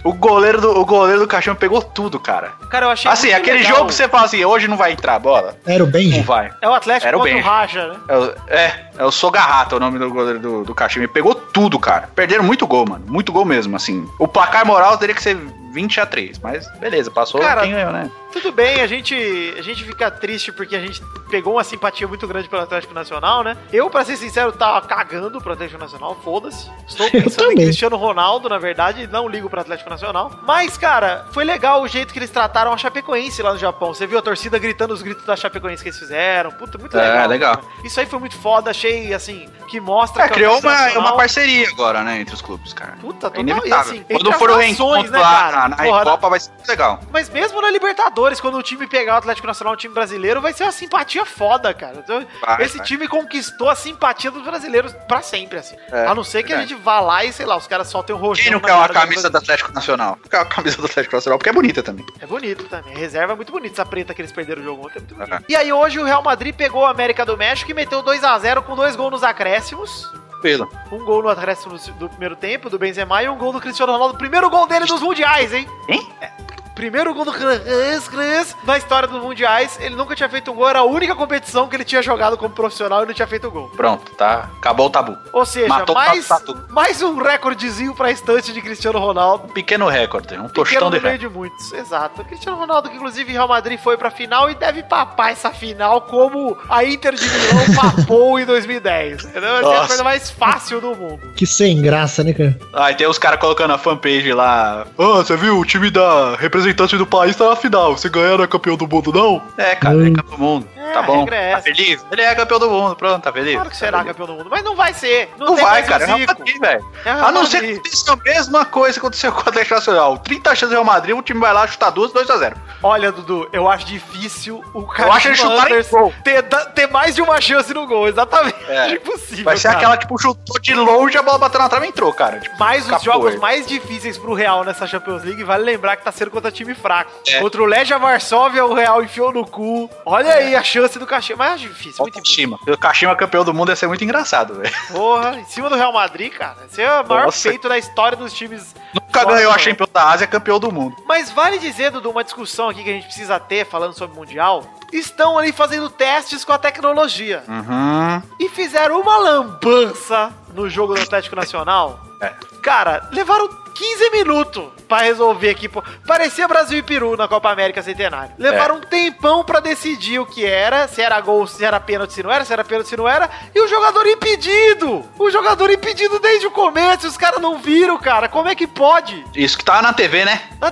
S3: O goleiro do, o goleiro do caixão pegou tudo, cara.
S5: Cara, eu achei.
S3: Assim,
S5: muito
S3: aquele
S5: legal.
S3: jogo que você fala assim, hoje não vai entrar a bola?
S4: Era o
S3: Não
S4: Benji.
S3: vai.
S5: É o Atlético
S3: Era o
S5: contra o
S3: Benji.
S5: Raja, né?
S3: É, o- é, é o Sogarrata o nome do goleiro do, do Caxim. Ele pegou tudo, cara. Perderam muito gol, mano. Muito gol mesmo, assim. O placar moral teria que ser 20 a 3 mas beleza, passou
S5: Cara,
S3: quem ganhou, né?
S5: Tudo bem, a gente, a gente fica triste porque a gente pegou uma simpatia muito grande pelo Atlético Nacional, né? Eu, pra ser sincero, tava cagando pro Atlético Nacional, foda-se. Estou
S4: Eu
S5: pensando em
S4: também.
S5: Cristiano Ronaldo, na verdade, e não ligo pro Atlético Nacional. Mas, cara, foi legal o jeito que eles trataram a Chapecoense lá no Japão. Você viu a torcida gritando os gritos da Chapecoense que eles fizeram? Puta, muito
S3: É,
S5: legal.
S3: legal.
S5: cara. Isso aí foi muito foda, achei, assim, que mostra
S3: É,
S5: que o
S3: criou
S5: Atlético
S3: uma,
S5: Nacional-
S3: uma parceria agora, né, entre os clubes, cara.
S5: Puta,
S3: É
S5: total, e
S3: inevitável.
S5: assim,
S3: Quando
S5: entre
S3: for o
S5: as
S3: reencontro
S5: nações, né,
S3: lá
S5: cara?
S3: na, na
S5: Porra,
S3: Recopa, vai ser muito legal.
S5: Mas mesmo na Libertadores, quando o time pegar o Atlético Nacional, o time brasileiro, vai ser uma simpatia foda, cara. Então,
S3: Vai,
S5: Esse
S3: vai.
S5: time conquistou a simpatia dos brasileiros pra sempre, assim.
S3: É,
S5: a não ser que
S3: verdade.
S5: a gente vá lá e, sei lá, os caras soltem o rojão.
S3: Quem não
S5: na
S3: quer uma
S5: cara do é
S3: camisa do
S5: Brasil.
S3: Atlético Nacional? Quer uma camisa do Atlético Nacional, porque é bonita também.
S5: É bonito também. A reserva é muito bonita. Essa preta que eles perderam o jogo ontem é muito bonita.
S3: Aham.
S5: E aí hoje o Real Madrid pegou o América do México e meteu 2 a 0 com dois gols nos acréscimos.
S3: Tranquilo.
S5: Um gol no acréscimo do primeiro tempo, do Benzema, e um gol do Cristiano Ronaldo. Primeiro gol dele dos mundiais, hein?
S3: Hein?
S5: É. Primeiro gol do Cres, Cres, na história dos mundiais. Ele nunca tinha feito um gol. Era a única competição que ele tinha jogado como profissional e não tinha feito gol.
S3: Pronto, tá? Acabou o tabu.
S5: Ou seja,
S3: Matou tá, o
S5: mais,
S3: Tatu.
S5: mais um recordezinho pra estante de Cristiano Ronaldo.
S3: Um pequeno recorde, um
S5: Pequeno
S3: tostão de
S5: no meio
S3: recorde.
S5: de muitos, exato. O Cristiano Ronaldo, que inclusive Real Madrid foi pra final e deve papar essa final como a Inter de Milão papou em 2010. Entendeu? Vai ser a
S3: Nossa.
S5: coisa mais fácil do mundo.
S4: Que sem graça, né, cara?
S3: Ah, e tem os caras colocando a fanpage lá. Ah, você viu? O time da representante do país tá na final. Você ganhar é campeão do mundo, não? É, cara,
S4: Hum.
S3: é campeão do mundo.
S5: É,
S3: tá
S5: a
S3: bom.
S5: regra é
S3: Tá
S5: essa.
S3: feliz? Ele é campeão do mundo, pronto, tá feliz?
S5: Claro que
S3: Tá
S5: será
S3: feliz.
S5: campeão do mundo, mas não vai ser. Não,
S3: Não
S5: tem
S3: vai,
S5: mais
S3: cara.
S5: o
S3: É Real
S5: Zico.
S3: Madrid, velho.
S5: É o Real
S3: A não ser que
S5: Madrid.
S3: aconteça a mesma coisa que aconteceu com o Atlético Nacional. 30 chances do Real Madrid, o time vai lá chutar duas, 2x0.
S5: Olha, Dudu, eu acho difícil o cara
S3: acho ele chutar em gol.
S5: ter, da- ter mais de uma chance no gol. Exatamente.
S3: É.
S5: Impossível.
S3: Vai ser
S5: cara.
S3: aquela, tipo, chutou de longe, a bola bateu na trave e entrou, cara. Tipo,
S5: Mas os
S3: capoeira.
S5: jogos mais difíceis pro Real nessa Champions League, vale lembrar que tá sendo contra time fraco.
S3: É.
S5: Contra o Legia Varsóvia, o Real enfiou no cu. Olha aí a chance do Caxima. Mas é difícil,
S3: Olha
S5: muito
S3: o
S5: difícil.
S3: Kashima. O Kashima é campeão do mundo ia ser muito engraçado, velho.
S5: Porra, em cima do Real Madrid, cara. Esse é o maior
S3: Nossa.
S5: feito da história dos times
S3: Nunca
S5: Nossa,
S3: ganhou a
S5: mano.
S3: Champions da Ásia, é campeão do mundo.
S5: Mas vale dizer, Dudu, uma discussão aqui que a gente precisa ter falando sobre o Mundial. Estão ali fazendo testes com a tecnologia.
S3: Uhum.
S5: E fizeram uma lambança no jogo do Atlético Nacional.
S3: É.
S5: Cara, levaram 15 minutos pra resolver aqui. pô. Parecia Brasil e Peru na Copa América Centenário. Levaram um tempão pra decidir o que era, se era gol, se era pênalti, se não era, se era pênalti, se não era. E o jogador impedido! O jogador impedido desde o começo, os caras não viram, cara. Como é que pode?
S3: Isso que tá na TV, né?
S5: Na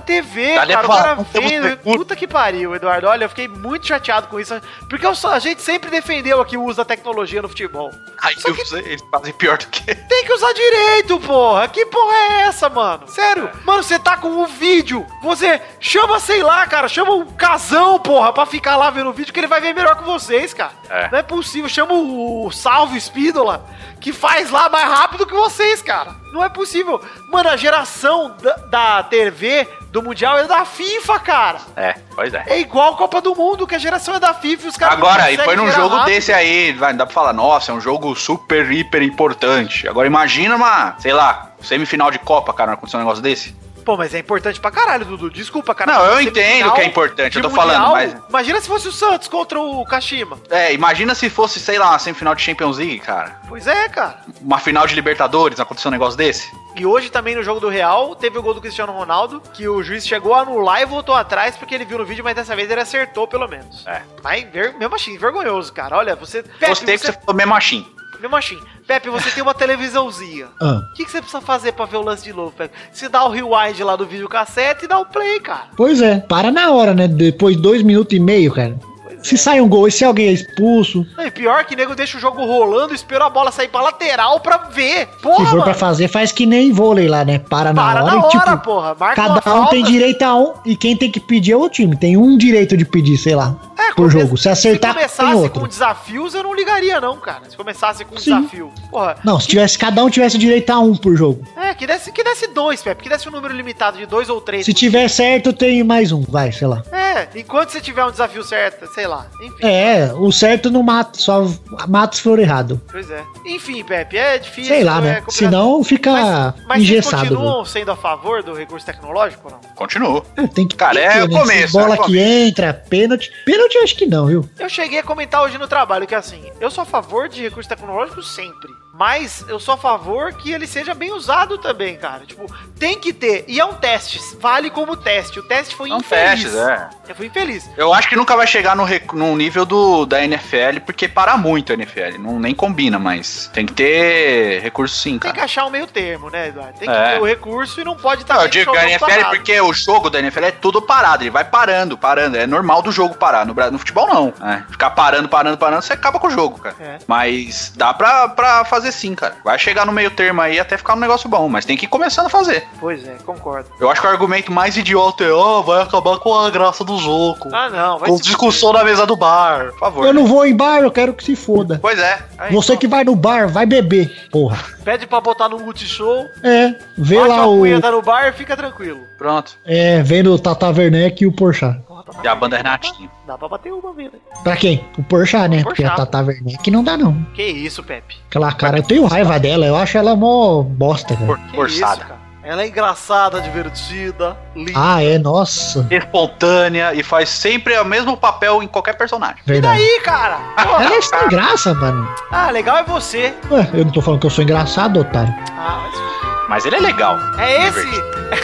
S3: Tá
S5: TV, cara, o
S3: levado,
S5: cara
S3: não temos
S5: vendo.
S3: recurso.
S5: Puta que pariu, Eduardo. Olha, eu fiquei muito chateado com isso. Porque eu só- a gente sempre defendeu aqui o uso da tecnologia no futebol.
S3: Aí
S5: Só que-
S3: eu sei, eles fazem pior do que.
S5: Tem que usar direito, porra. Que porra é essa, mano?
S3: É.
S5: Sério? Mano, você tá com um vídeo. Você chama, sei lá, cara. Chama um casão, porra, pra ficar lá vendo o vídeo que ele vai ver melhor que vocês, cara.
S3: É.
S5: Não é possível. Chama o, o Salve Espíndola, que faz lá mais rápido que vocês, cara. Não é possível. Mano, a geração da, da TV do Mundial é da FIFA, cara.
S3: É, pois é.
S5: É igual Copa do Mundo, que a geração é da FIFA e os caras. não
S3: Agora, e
S5: conseguem
S3: foi num
S5: gerar
S3: jogo
S5: rápido.
S3: desse aí, vai, não dá pra falar, nossa, é um jogo super, hiper importante. Agora imagina uma, sei lá, semifinal de Copa, cara, não aconteceu um negócio desse.
S5: Pô, mas é importante pra caralho, Dudu. Desculpa, cara.
S3: Não, eu
S5: Você
S3: entendo
S5: final
S3: que é importante, eu
S5: de
S3: tô falando,
S5: Mundial,
S3: mas-
S5: Imagina se fosse o Santos contra o Kashima.
S3: É, imagina se fosse, sei lá, uma semifinal de Champions League, cara.
S5: Pois é, cara.
S3: Uma final de Libertadores, não aconteceu um negócio desse.
S5: E hoje também no jogo do Real, teve o gol do Cristiano Ronaldo, que o juiz chegou a anular e voltou atrás porque ele viu no vídeo, mas dessa vez ele acertou pelo menos.
S3: É.
S5: Mas ver- mesmo assim, vergonhoso, cara. Olha, você. Pepe,
S3: Gostei que você falou mesmo assim.
S5: Mesmo assim, Pepe, você tem uma televisãozinha.
S4: Ah.
S5: O que, que você precisa fazer pra ver o lance de novo, Pepe? Você dá o rewind lá do videocassete e dá o play, cara.
S4: Pois é, para na hora, né? Depois de dois minutos e meio, cara. Se sai um gol e se alguém é expulso,
S5: Não, e pior que nego deixa o jogo rolando e espera a bola sair pra lateral pra ver.
S4: se
S5: Porra,
S4: for pra
S5: mano.
S4: fazer, faz que nem vôlei lá, né? Para tá na
S5: Para
S4: hora
S5: na
S4: e tipo.
S5: hora, porra. Marca
S4: Cada
S5: uma
S4: um
S5: falta. assim.
S4: tem direito a um, e quem tem que pedir é o time. Tem um direito de pedir, sei lá.
S5: É,
S4: por jogo. Se acertar,
S5: se
S4: tem
S5: começasse
S4: outro.
S5: com desafios, eu não ligaria, não, cara. Se começasse com um
S4: Sim.
S5: desafio. Porra,
S4: Não, se tivesse, cada um tivesse direito a um por jogo.
S5: é, que desse, que desse dois, Pepe. Que desse um número limitado de dois ou três.
S4: Se tiver certo, tem mais um, vai, sei lá.
S5: É, enquanto você tiver um desafio certo, sei lá. Enfim,
S4: É, o certo não mata, só mata se for errado.
S5: pois é. Enfim, Pepe, é difícil.
S4: Sei lá,
S5: é
S4: né?
S5: complicado.
S4: Senão fica
S5: Mas, mas vocês
S4: engessado. né?
S5: continuam sendo a favor do recurso tecnológico ou não?
S3: Continuo.
S4: É, tem que
S3: Cara,
S4: tem
S3: é
S4: que ter,
S3: o
S4: né? Se
S3: começo,
S4: Bola
S3: é o
S4: que entra, pênalti. Pênalti eu acho que não, viu?
S5: Eu cheguei a comentar hoje no trabalho que assim, eu sou a favor de recurso tecnológico sempre. Mas eu sou a favor que ele seja bem usado também, cara. Tipo, tem que ter. E é um teste. Vale como teste. O teste foi
S3: São
S5: infeliz.
S3: testes, é.
S5: Eu fui infeliz.
S3: Eu acho que nunca vai chegar no, rec- no nível do, da NFL, porque para muito a NFL. Não, nem combina, mas tem que ter recurso sim,
S5: Tem que
S3: cara.
S5: achar o meio termo, né, Eduardo? Tem que
S3: É.
S5: ter o recurso e não pode tá estar
S3: Não, eu digo que a NFL porque o jogo da NFL é tudo parado, ele vai parando, parando. É normal do jogo parar. No, Bra- no futebol, não. né? Ficar parando, parando, parando, você acaba com o jogo, cara.
S5: É.
S3: Mas dá pra, pra fazer sim, cara. Vai chegar no meio termo aí até ficar um negócio bom, mas tem que ir começando a fazer.
S5: Pois é, concordo.
S3: Eu acho que o argumento mais idiota é, ó, vai acabar com a graça do jogo.
S5: Ah, não. Vai
S3: com
S5: se-
S3: discussão na mesa do bar. Por favor. né?
S4: Eu não vou em bar, eu quero que se foda.
S3: Pois é.
S5: Aí,
S4: Você que vai no bar, vai beber, porra.
S5: Pede pra botar no multishow,
S4: É, vê
S5: bate
S4: lá
S5: uma
S4: o.
S5: punheta no bar e fica tranquilo.
S3: Pronto.
S4: É, vendo o Tata Werneck e o Porchat.
S3: E a banda é Renatinho.
S5: tá Dá pra bater uma vez, né?
S4: Pra quem? O Porchat, né?
S5: Porchat.
S4: Porque a Tata Werneck não dá, não.
S5: Que isso, Pepe.
S4: Aquela cara, eu tenho raiva dela, eu acho ela mó bosta, velho.
S3: For-
S5: Que isso,
S3: Forçada.
S5: cara. Ela é engraçada, divertida, linda.
S4: Ah, é, nossa.
S3: Espontânea e faz sempre o mesmo papel em qualquer personagem.
S5: e
S4: Ah, Verdade.
S5: daí, cara?
S4: Ela é sem graça, mano.
S5: Ah, legal é você.
S4: Ué, eu não tô falando que eu sou engraçado, otário.
S5: Ah, mas...
S3: Mas ele é legal.
S5: É esse.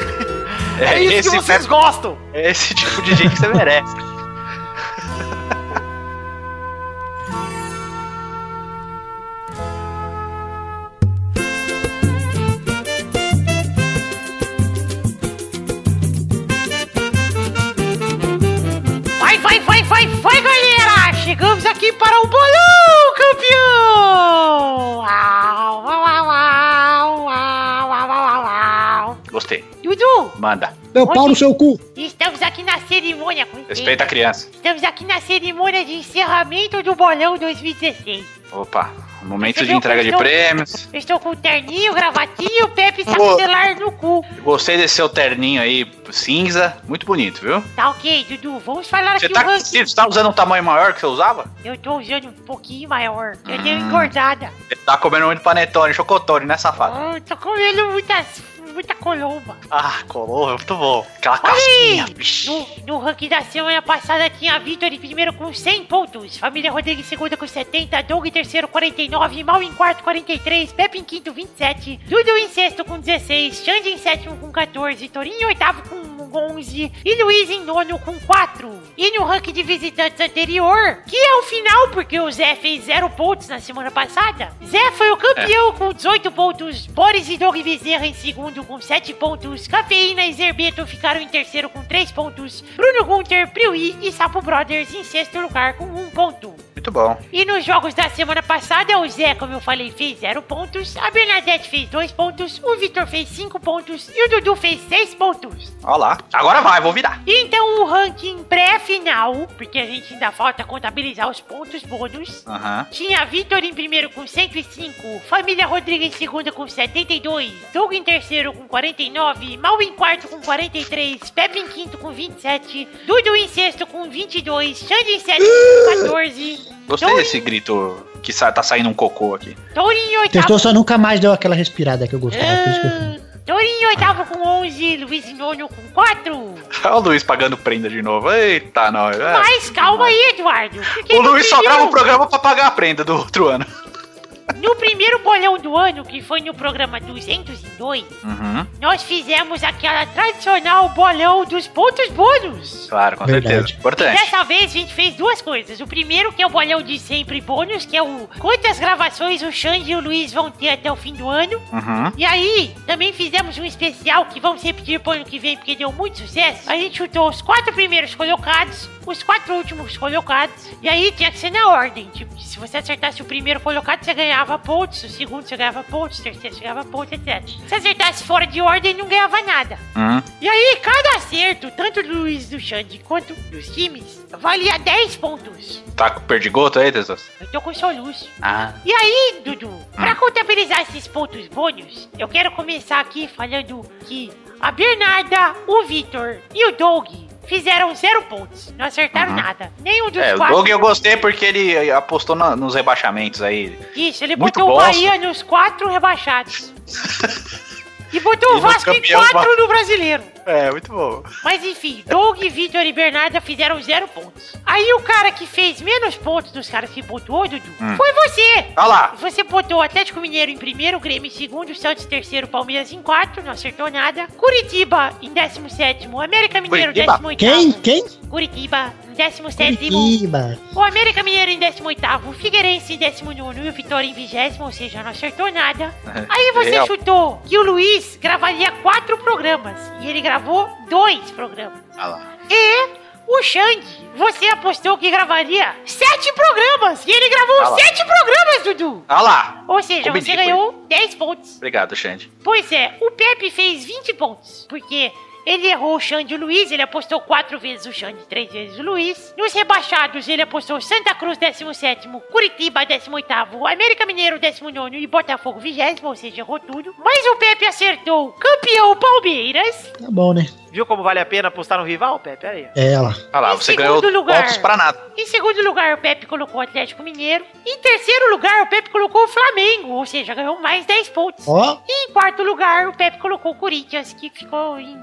S5: É, isso que vocês gostam.
S3: é esse tipo de gente que você merece.
S6: Vai, vai, vai, vai, vai, galera! Chegamos aqui para o bolão, campeão! Uau, uau, uau, uau, uau, uau, uau, uau.
S3: Gostei.
S6: Dudu,
S3: Manda.
S4: Meu
S6: Onde?
S4: pau no seu cu.
S6: estamos aqui na cerimônia. com-
S3: Respeita a criança.
S6: Estamos aqui na cerimônia de encerramento do bolão 2016.
S3: Opa. Momento de entrega de prêmios.
S6: Eu estou com terninho, gravatinho, Pepe está com o celular no cu.
S3: Gostei desse seu terninho aí, cinza. Muito bonito, viu?
S6: Tá ok, Dudu, vamos falar
S3: Você
S6: aqui
S3: tá,
S6: o ranking.
S3: você tá usando um tamanho maior que você usava?
S6: Eu tô usando um pouquinho maior. Eu dei
S3: Hum.
S6: uma engordada.
S3: Você tá comendo muito panetone, chocotone, né, safado?
S6: Ah, eu tô comendo muitas, muita colomba.
S3: Ah, colou, muito bom. Aquela casquinha,
S6: Aí,
S3: bicho.
S6: no, no ranking da semana passada tinha Vitor em primeiro com 100 pontos, Família Rodrigues em segunda com 70, Doug em terceiro 49, Mal em quarto 43, Pepe em quinto 27, Dudu em sexto com 16, Xande em sétimo com 14, Torinho em oitavo com 11 e Luiz em nono com 4. E no ranking de visitantes anterior, que é o final, porque o Zé fez 0 pontos na semana passada, Zé foi o campeão com 18 pontos, Boris e Doug Bezerra em segundo com 7 pontos, Cafeína e Zerbeto ficaram em terceiro com 3 pontos, Bruno Gunter, Priui e Sapo Brothers em sexto lugar com 1 ponto.
S3: Muito bom.
S6: E nos jogos da semana passada, o Zé, como eu falei, fez 0 pontos, a Bernadette fez 2 pontos, o Vitor fez 5 pontos e o Dudu fez 6 pontos.
S3: Ó lá. Agora vai, vou virar.
S6: Então o ranking pré-final, porque a gente ainda falta contabilizar os pontos bônus,
S3: Aham.
S6: tinha Vitor em primeiro com 105, Família Rodrigues em segundo com 72, Doug em terceiro com 49, Mal em quarto com 43, Pepe em quinto com 27, Dudu em sexto com 22, Xande em sétimo com 14,
S3: Gostei
S6: Então,
S3: desse grito que sa- tá saindo um cocô aqui.
S6: Tourinho em
S5: tá
S6: oitavo.
S4: Testou só Ah, nunca mais deu aquela respirada que eu gostava. por isso que
S5: Ah,
S4: eu-
S6: Tourinho em oitavo com 11, Luiz em nono com 4.
S3: Olha o Luiz pagando prenda de novo. Eita, nós. é.
S6: Mas calma aí, Eduardo. porque
S3: O
S6: no
S3: Luiz só grava o
S6: primeiro-
S3: programa pra pagar a prenda do outro ano.
S6: No primeiro bolão do ano, que foi no programa 202,
S3: Uhum.
S6: nós fizemos aquela tradicional bolão dos pontos bônus.
S3: Claro, com
S4: Verdade.
S3: certeza. Importante.
S6: Dessa vez a gente fez duas coisas. O primeiro, que é o bolão de sempre bônus, que é o quantas gravações o Xande e o Luiz vão ter até o fim do ano.
S3: Uhum.
S6: E aí, também fizemos um especial que vamos repetir pro ano que vem, porque deu muito sucesso. A gente chutou os quatro primeiros colocados, os quatro últimos colocados, e aí tinha que ser na ordem. Tipo, se você acertasse o primeiro colocado, você ganhava ganhava pontos, o segundo você ganhava pontos, o terceiro você ganhava pontos, etc. Se acertasse fora de ordem, não ganhava nada.
S3: Hum.
S6: E aí, cada acerto, tanto do Luiz do Xande quanto dos times, valia 10 pontos.
S3: Tá com perdigoto aí, Tesouro?
S6: Eu tô com soluço.
S3: Ah.
S6: E aí, Dudu, pra contabilizar esses pontos bônus, eu quero começar aqui falando que a Bernarda, o Vitor e o Doug fizeram zero pontos. Não acertaram nada. Nenhum dos
S3: É, o
S6: quatro.
S3: Doug eu gostei porque ele apostou na- nos rebaixamentos aí.
S6: Isso, ele
S3: é Muito
S6: botou o
S3: bosta.
S6: Bahia nos quatro rebaixados. e botou
S3: E
S6: o
S3: nos
S6: Vasco em
S3: campeões,
S6: quatro no brasileiro.
S5: É, muito bom.
S6: Mas enfim, Doug, Vitor e Bernarda fizeram zero pontos. Aí o cara que fez menos pontos dos caras que pontuou, Dudu,
S3: Hum.
S6: foi você.
S3: Olha lá.
S6: Você botou o Atlético Mineiro em primeiro, o Grêmio em segundo, o Santos em terceiro, o Palmeiras em quarto, não acertou nada. Curitiba em décimo sétimo, o América Mineiro em
S3: Curitiba?
S4: Quem?
S6: décimo
S5: tá.
S6: oitavo.
S4: Quem?
S6: Curitiba em décimo sétimo,
S4: Curitiba.
S6: o América Mineiro em décimo oitavo, o Figueirense em décimo nono e o Vitória em vigésimo, ou seja, não acertou nada. Aí você
S3: Legal.
S6: chutou que o Luiz gravaria quatro programas e ele gravou dois programas.
S3: Olha lá.
S6: E o Shang, você apostou que gravaria sete programas e ele gravou
S3: Ah lá.
S6: sete programas, Dudu.
S3: Olha lá.
S6: Ou seja,
S3: Combinei
S6: você
S3: com
S6: ganhou 10 pontos.
S3: Obrigado, Xande.
S6: Pois é, o Pepe fez 20 pontos, porque ele errou o Xande e o Luiz, ele apostou 4 vezes o Xande, 3 vezes o Luiz. Nos rebaixados, ele apostou Santa Cruz 17, Curitiba 18, América Mineiro 19 e Botafogo 20, ou seja, errou tudo. Mas o Pepe acertou campeão Palmeiras.
S4: Tá bom, né?
S5: Viu como vale a pena apostar no rival, Pepe? Aí.
S4: É ela.
S3: Olha lá,
S6: Em
S3: Ah, você ganhou
S6: segundo lugar.
S3: pontos pra nada.
S6: Em segundo lugar, o Pepe colocou o Atlético Mineiro. Em terceiro lugar, o Pepe colocou o Flamengo, ou seja, ganhou mais 10 pontos.
S4: Ó,
S6: E em quarto lugar, o Pepe colocou o Corinthians, que ficou em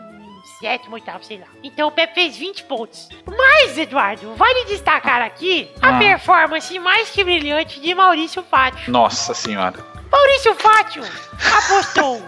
S6: sétimo, oitavo, sei lá. Então o Pepe fez 20 pontos. Mas, Eduardo, vale destacar aqui a
S3: Ah.
S6: performance mais que brilhante de Maurício Fátio.
S3: Nossa senhora.
S6: Maurício Fátio apostou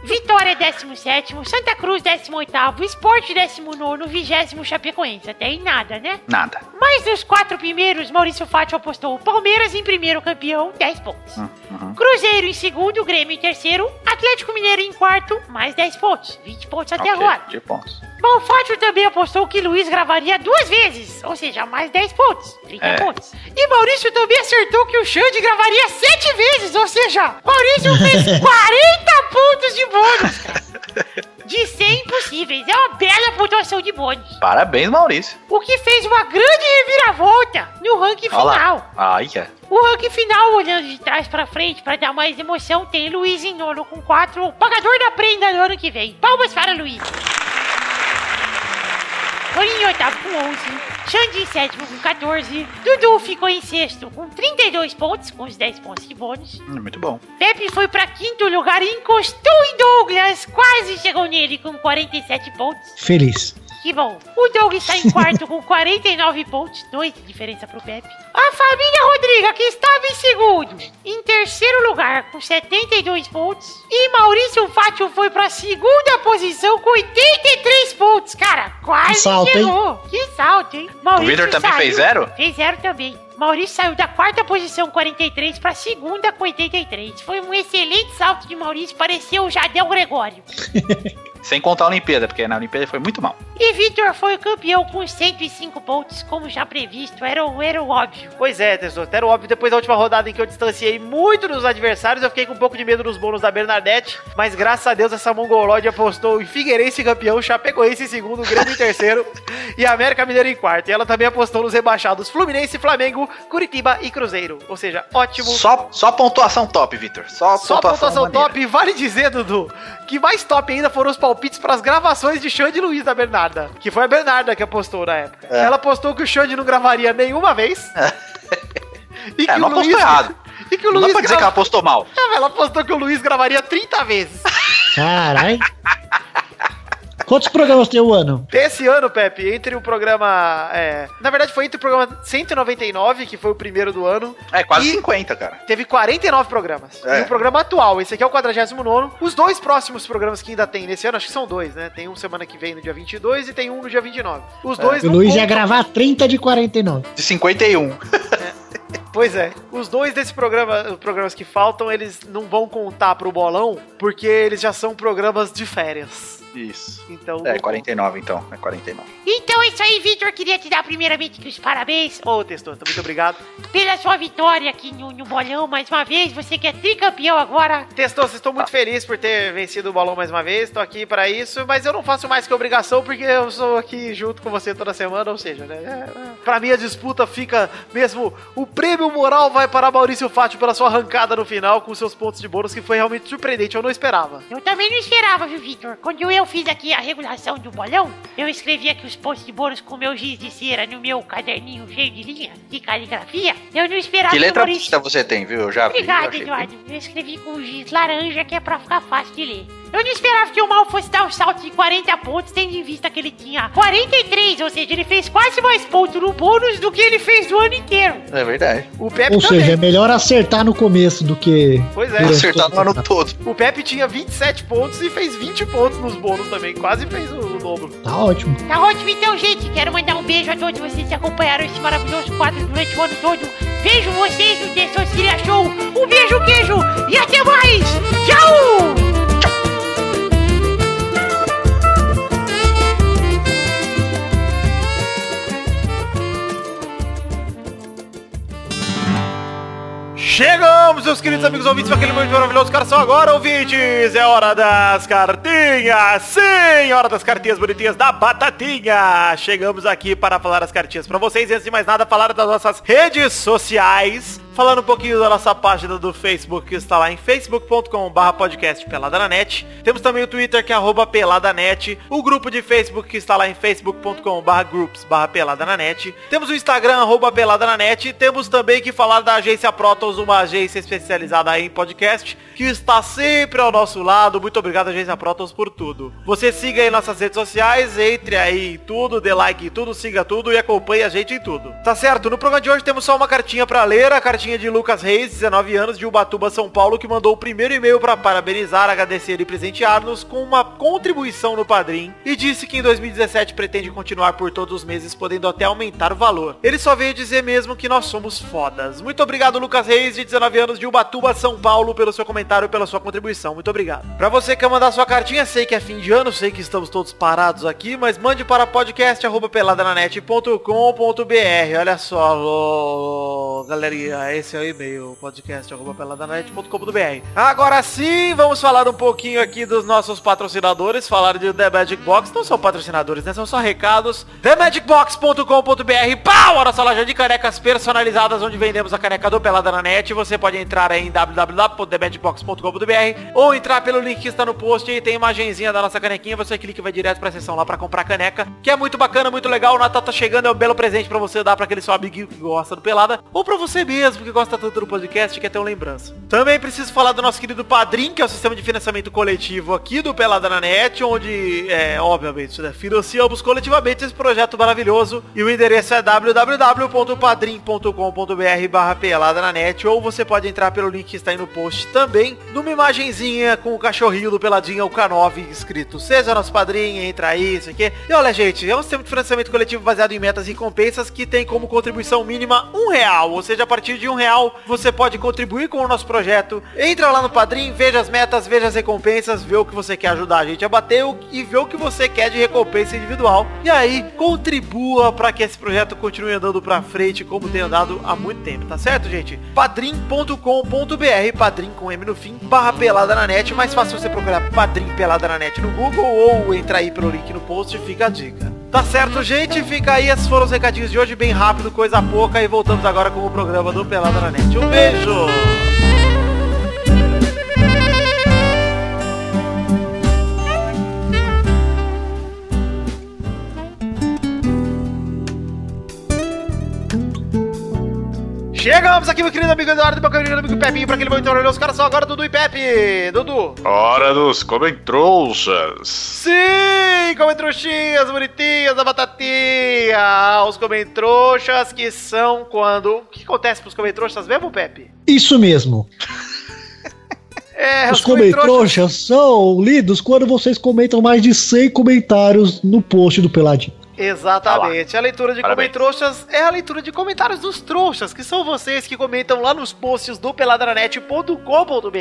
S6: Vitória 17, Santa Cruz 18, Esporte 19, 20 Chapecoense. Até em nada, né?
S3: Nada.
S6: Mas nos quatro primeiros, Maurício Fátio apostou o Palmeiras em primeiro campeão, 10 pontos.
S3: Hum, uhum.
S6: Cruzeiro em segundo, Grêmio em terceiro, Atlético Mineiro em quarto, mais 10 pontos, 20 pontos até
S3: Ok,
S6: agora.
S3: De pontos.
S6: Malfátio também apostou que Luiz gravaria duas vezes, ou seja, mais 10 pontos, 30
S3: É.
S6: pontos. E Maurício também acertou que o Xande gravaria sete vezes, ou seja, Maurício fez 40 pontos de bônus, cara. De 100 possíveis, é uma bela pontuação de bônus.
S3: Parabéns, Maurício.
S6: O que fez uma grande reviravolta no ranking
S3: Olha
S6: final.
S3: lá. Ai, é.
S6: O ranking final, olhando de trás pra frente, pra dar mais emoção, tem Luiz em nono com 4, o pagador da prenda do ano que vem. Palmas para Luiz. Torinho em oitavo com 11, Xande em sétimo com 14, Dudu ficou em sexto com 32 pontos, com os 10 pontos de bônus.
S3: Hum, Muito bom.
S6: Pepe foi pra quinto lugar e encostou em Douglas, quase chegou nele com 47 pontos.
S4: feliz.
S6: Que bom. O Doug está em quarto com 49 pontos, dois de diferença pro Pepe. A família Rodriga, que estava em segundo, em terceiro lugar com 72 pontos. E Maurício Fátio foi pra segunda posição com 83 pontos. Cara, quase
S4: Que salto, hein?
S6: chegou. Que salto, hein?
S3: O Vitor também
S6: saiu-
S3: fez zero?
S6: Fez zero também. Maurício saiu da quarta posição 43 pra segunda com 83. Foi um excelente salto de Maurício, pareceu o Jadel Gregório.
S3: Sem contar a Olimpíada, porque na Olimpíada ele foi muito mal.
S6: E Vitor foi o campeão com 105 pontos, como já previsto, era, o- era o óbvio.
S5: Pois é, Tesouro. Era óbvio, depois da última rodada em que eu distanciei muito dos adversários, eu fiquei com um pouco de medo dos bônus da Bernadette. Mas graças a Deus, essa mongolóide apostou em Figueirense campeão, Chapecoense em segundo, Grêmio em terceiro e América Mineiro em quarto. E ela também apostou nos rebaixados Fluminense, Flamengo, Curitiba e Cruzeiro. Ou seja, ótimo.
S3: Só, só pontuação top, Vitor. Só,
S5: Só
S3: pontuação,
S5: pontuação
S3: maneira.
S5: top, vale dizer, Dudu, que mais top ainda foram os palpites pras gravações de Xande e Luiz da Bernarda. Que foi a Bernarda que apostou na época.
S3: É.
S5: Ela apostou que o Xande não gravaria nenhuma vez. e
S3: É, não apostou errado.
S5: E que o
S3: Não dá
S5: Luiz
S3: pra dizer que ela
S5: grava...
S3: apostou mal.
S5: Ela apostou que o Luiz gravaria 30 vezes.
S4: Caralho. Quantos programas tem o ano?
S5: Esse ano, Pepe, entre o programa. é, Na verdade, foi entre o programa 199, que foi o primeiro do ano,
S3: É, quase
S5: E-
S3: 50, cara.
S5: Teve 49 programas.
S3: É.
S5: E o programa atual, esse aqui é o 49. Os dois próximos programas que ainda tem nesse ano, acho que são dois, né? Tem um semana que vem no dia 22 e tem um no dia 29. Os dois
S4: É, O
S5: não
S4: Luiz ia
S5: contam-
S4: gravar 30 de 49.
S3: De 51.
S5: Pois é. Os dois desse programa, os programas que faltam, eles não vão contar pro bolão, porque eles já são programas de férias.
S3: Isso.
S5: Então,
S3: É,
S5: não-
S3: 49 então. É 49.
S6: Então é isso aí, Vitor. Queria te dar primeiramente os parabéns
S5: Ô, Testoso, então, muito obrigado.
S6: pela sua vitória aqui no, no bolão mais uma vez. Você que é tricampeão agora.
S5: Testoso, estou muito feliz por ter vencido o balão mais uma vez, estou aqui para isso, mas eu não faço mais que obrigação porque eu sou aqui junto com você toda semana, ou seja, né? Para mim a disputa fica mesmo. O prêmio moral vai para Maurício Fátio pela sua arrancada no final com seus pontos de bônus, que foi realmente surpreendente, eu não esperava.
S6: Eu também não esperava, viu, Vitor? Quando eu fiz aqui a regulação do bolão, eu escrevi aqui os pontos de bônus com meu giz de cera no meu caderninho cheio de linha de caligrafia. Eu não esperava
S3: Que letra
S6: o Maurício-
S3: bonita você tem, viu? Eu já vi. eu
S6: Obrigado,
S3: achei
S6: Eduardo. Eu escrevi com giz laranja, que é pra ficar fácil de ler. Eu não esperava que o Mal fosse dar um salto de 40 pontos, tendo em vista que ele tinha 43, ou seja, ele fez quase mais pontos no bônus do que ele fez no ano inteiro.
S3: bem. É verdade.
S5: O Pepe
S4: Ou
S5: também.
S4: seja, é melhor acertar no começo do que.
S5: Pois é.
S4: Eu
S3: Acertar no
S4: estou-
S3: ano todo.
S5: O Pepe tinha 27 pontos e fez 20 pontos nos bônus também, quase fez o, o dobro.
S4: Tá ótimo.
S6: Tá ótimo então, gente. Quero mandar um beijo a todos vocês que acompanharam esse maravilhoso quadro durante o ano todo. Vejo vocês no The Social Show. Um beijo, queijo e até mais. Tchau!
S5: Chegamos, meus queridos amigos ouvintes, para aquele momento maravilhoso. Cara, só agora, ouvintes, é hora das cartinhas. Sim, hora das cartinhas bonitinhas da Batatinha. Chegamos aqui para falar as cartinhas para vocês. E antes de mais nada, falar das nossas redes sociais. Falando um pouquinho da nossa página do Facebook, que está lá em facebook.com.br podcast peladananet. Temos também o Twitter, que é arroba peladanet. O grupo de Facebook, que está lá em facebook.com.br groups barra peladananet. Temos o Instagram, arroba peladananet. Temos também que falar da agência Protons, uma agência especializada em podcast, que está sempre ao nosso lado. Muito obrigado, agência Protons, por tudo. Você siga aí nossas redes sociais, entre aí em tudo, dê like em tudo, siga tudo e acompanhe a gente em tudo. Tá certo? No programa de hoje temos só uma cartinha pra ler, a cartinha de Lucas Reis, 19 anos, de Ubatuba, São Paulo, que mandou o primeiro e-mail pra parabenizar, agradecer e presentear-nos com uma contribuição no Padrim e disse que em 2017 pretende continuar por todos os meses, podendo até aumentar o valor. Ele só veio dizer mesmo que nós somos fodas. Muito obrigado, Lucas Reis, de 19 anos, de Ubatuba, São Paulo, pelo seu comentário e pela sua contribuição. Muito obrigado. Pra você que quer mandar sua cartinha, sei que é fim de ano, sei que estamos todos parados aqui, mas mande para podcast@peladananet.com.br. Olha só, ô, galerinha, esse é o e-mail, podcast@peladananet.com.br. Agora sim, vamos falar um pouquinho aqui dos nossos patrocinadores, falar de The Magic Box, não são patrocinadores, né? São só recados. TheMagicBox.com.br, pau! A nossa loja de canecas personalizadas, onde vendemos a caneca do Pelada na Net. Você pode entrar aí em www.thebadbox.com.br ou entrar pelo link que está no post e tem imagenzinha da nossa canequinha. Você clica e vai direto pra seção lá pra comprar a caneca, que é muito bacana, muito legal. O Natal tá chegando, é um belo presente pra você dar pra aquele seu amiguinho que gosta do Pelada ou pra você mesmo que gosta tanto do podcast e quer ter uma lembrança. Também preciso falar do nosso querido Padrim, que é o sistema de financiamento coletivo aqui do Pelada na Net, onde, é, obviamente, né, financiamos coletivamente esse projeto maravilhoso. E o endereço é www.padrim.com.br barra pelada na net, ou você pode entrar pelo link que está aí no post também, numa imagenzinha com o cachorrinho do Peladinha, o K9, escrito. Seja nosso padrinho, entra aí, isso aqui. E olha, gente, é um sistema de financiamento coletivo baseado em metas e recompensas que tem como contribuição mínima um real, ou seja, a partir de um real você pode contribuir com o nosso projeto. Entra lá no Padrim, veja as metas, veja as recompensas, vê o que você quer ajudar a gente a bater o- e vê o que você quer de recompensa individual. E aí, contribua para que esse projeto continue andando para frente como tem andado há muito tempo, tá certo, gente? padrim.com.br, padrim com M no fim, barra pelada na net, mais fácil você procurar Padrim Pelada na net no Google ou entrar aí pelo link no post e fica a dica. Tá certo, gente? Fica aí, esses foram os recadinhos de hoje, bem rápido, coisa pouca, e voltamos agora com o programa do Pelada na Net. Um beijo! Chegamos aqui, meu querido amigo Eduardo, meu querido amigo Pepinho, pra aquele momento maravilhoso. Cara, só agora Dudu e Pepe. Dudu.
S7: Hora dos comentrouxas.
S5: Sim, comentrouxinhas bonitinhas da batatinha. Os comentrouxas que são quando... O que acontece pros comentrouxas mesmo, Pepe?
S4: Isso mesmo.
S5: É,
S4: Os comentroxas são lidos quando vocês comentam mais de 100 comentários no post do Peladinho.
S5: Exatamente.
S3: Tá
S5: A leitura de Comem
S7: Parabéns.
S5: Trouxas é a leitura de comentários dos trouxas, que são vocês que comentam lá nos posts do peladranet.com.br.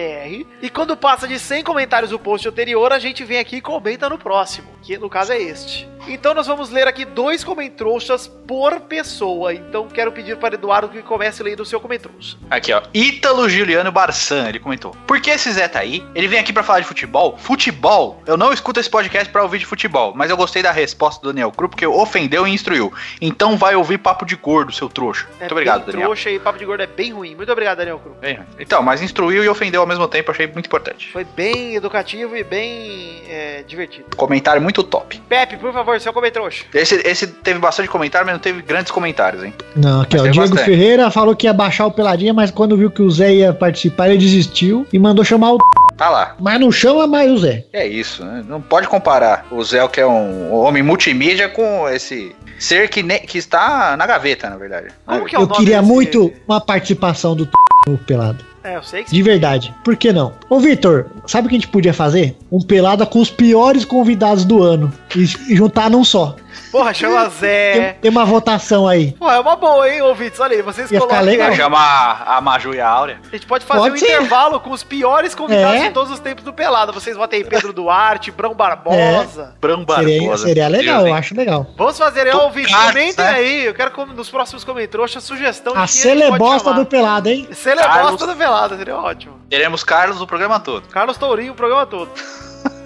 S5: E quando passa de 100 comentários o post anterior, a gente vem aqui e comenta no próximo, que no caso é este. Então nós vamos ler aqui dois Comem Trouxas por pessoa. Então quero pedir para Eduardo que comece lendo o seu Comem Trouxa.
S3: Aqui, ó. Ítalo Juliano Barçan, ele comentou. Por que esse Zé tá aí? Ele vem aqui pra falar de futebol? Futebol? Eu não escuto esse podcast pra ouvir de futebol, mas eu gostei da resposta do Daniel Cru, porque ofendeu e instruiu. Então vai ouvir papo de gordo, seu trouxa.
S5: É
S3: Muito obrigado,
S5: bem
S3: Daniel.
S5: Trouxa e papo de gordo é bem ruim. Muito obrigado, Daniel Cruz.
S3: Bem, Então, mas instruiu e ofendeu ao mesmo tempo, achei muito importante.
S5: Foi bem educativo e bem é, divertido.
S3: Comentário muito top.
S5: Pepe, por favor, seu Comem Trouxa.
S3: Esse, esse teve bastante comentário, mas não teve grandes comentários, hein?
S4: Não, aqui,
S3: Mas
S4: ó.
S3: tem
S4: O Diego
S3: bastante.
S4: Ferreira falou que ia baixar o Peladinha, mas quando viu que o Zé ia participar, ele desistiu e mandou chamar o.
S3: Tá lá.
S4: Mas não chama mais o Zé.
S3: É isso, né? Não pode comparar o Zé, que é um homem multimídia, com esse ser que, ne- que está na gaveta, na verdade.
S5: Como que é o
S4: Ah, Eu
S5: nome
S4: queria
S5: desse-
S4: muito uma participação do no Pelado.
S5: É, eu sei que
S4: De verdade. Por que não? Ô, Vitor, sabe o que a gente podia fazer? Um Pelada com os piores convidados do ano. E, e juntar num só.
S5: Porra, chama Zé.
S4: Tem, tem uma votação aí.
S5: Pô, é uma boa, hein, ouvintes? Olha aí, vocês
S4: Ia ficar
S5: coloquem.
S4: legal.
S3: Vai
S5: A
S3: chamar É, a Maju e a Áurea.
S5: gente pode fazer
S4: Pode
S5: um
S4: ser.
S5: intervalo com os piores convidados
S4: É.
S5: de todos os tempos do Pelado. Vocês votem aí Pedro Duarte, Brão Barbosa.
S4: É.
S3: Brão
S4: Seria,
S3: Barbosa.
S4: seria legal, eu
S3: Dizem.
S4: acho legal.
S5: Vamos fazer aí,
S3: Tô
S5: ouvintes.
S3: caro,
S5: Comentem
S3: né?
S5: aí. Eu quero, como nos próximos comentários, a sugestão
S4: A
S5: quem gente Então pode
S4: celebosta
S5: chamar.
S4: do Pelada, hein?
S5: Celebosta
S3: Carlos.
S5: do Pelado, seria ótimo.
S3: Teremos Carlos o programa todo.
S5: Carlos Tourinho, o programa todo.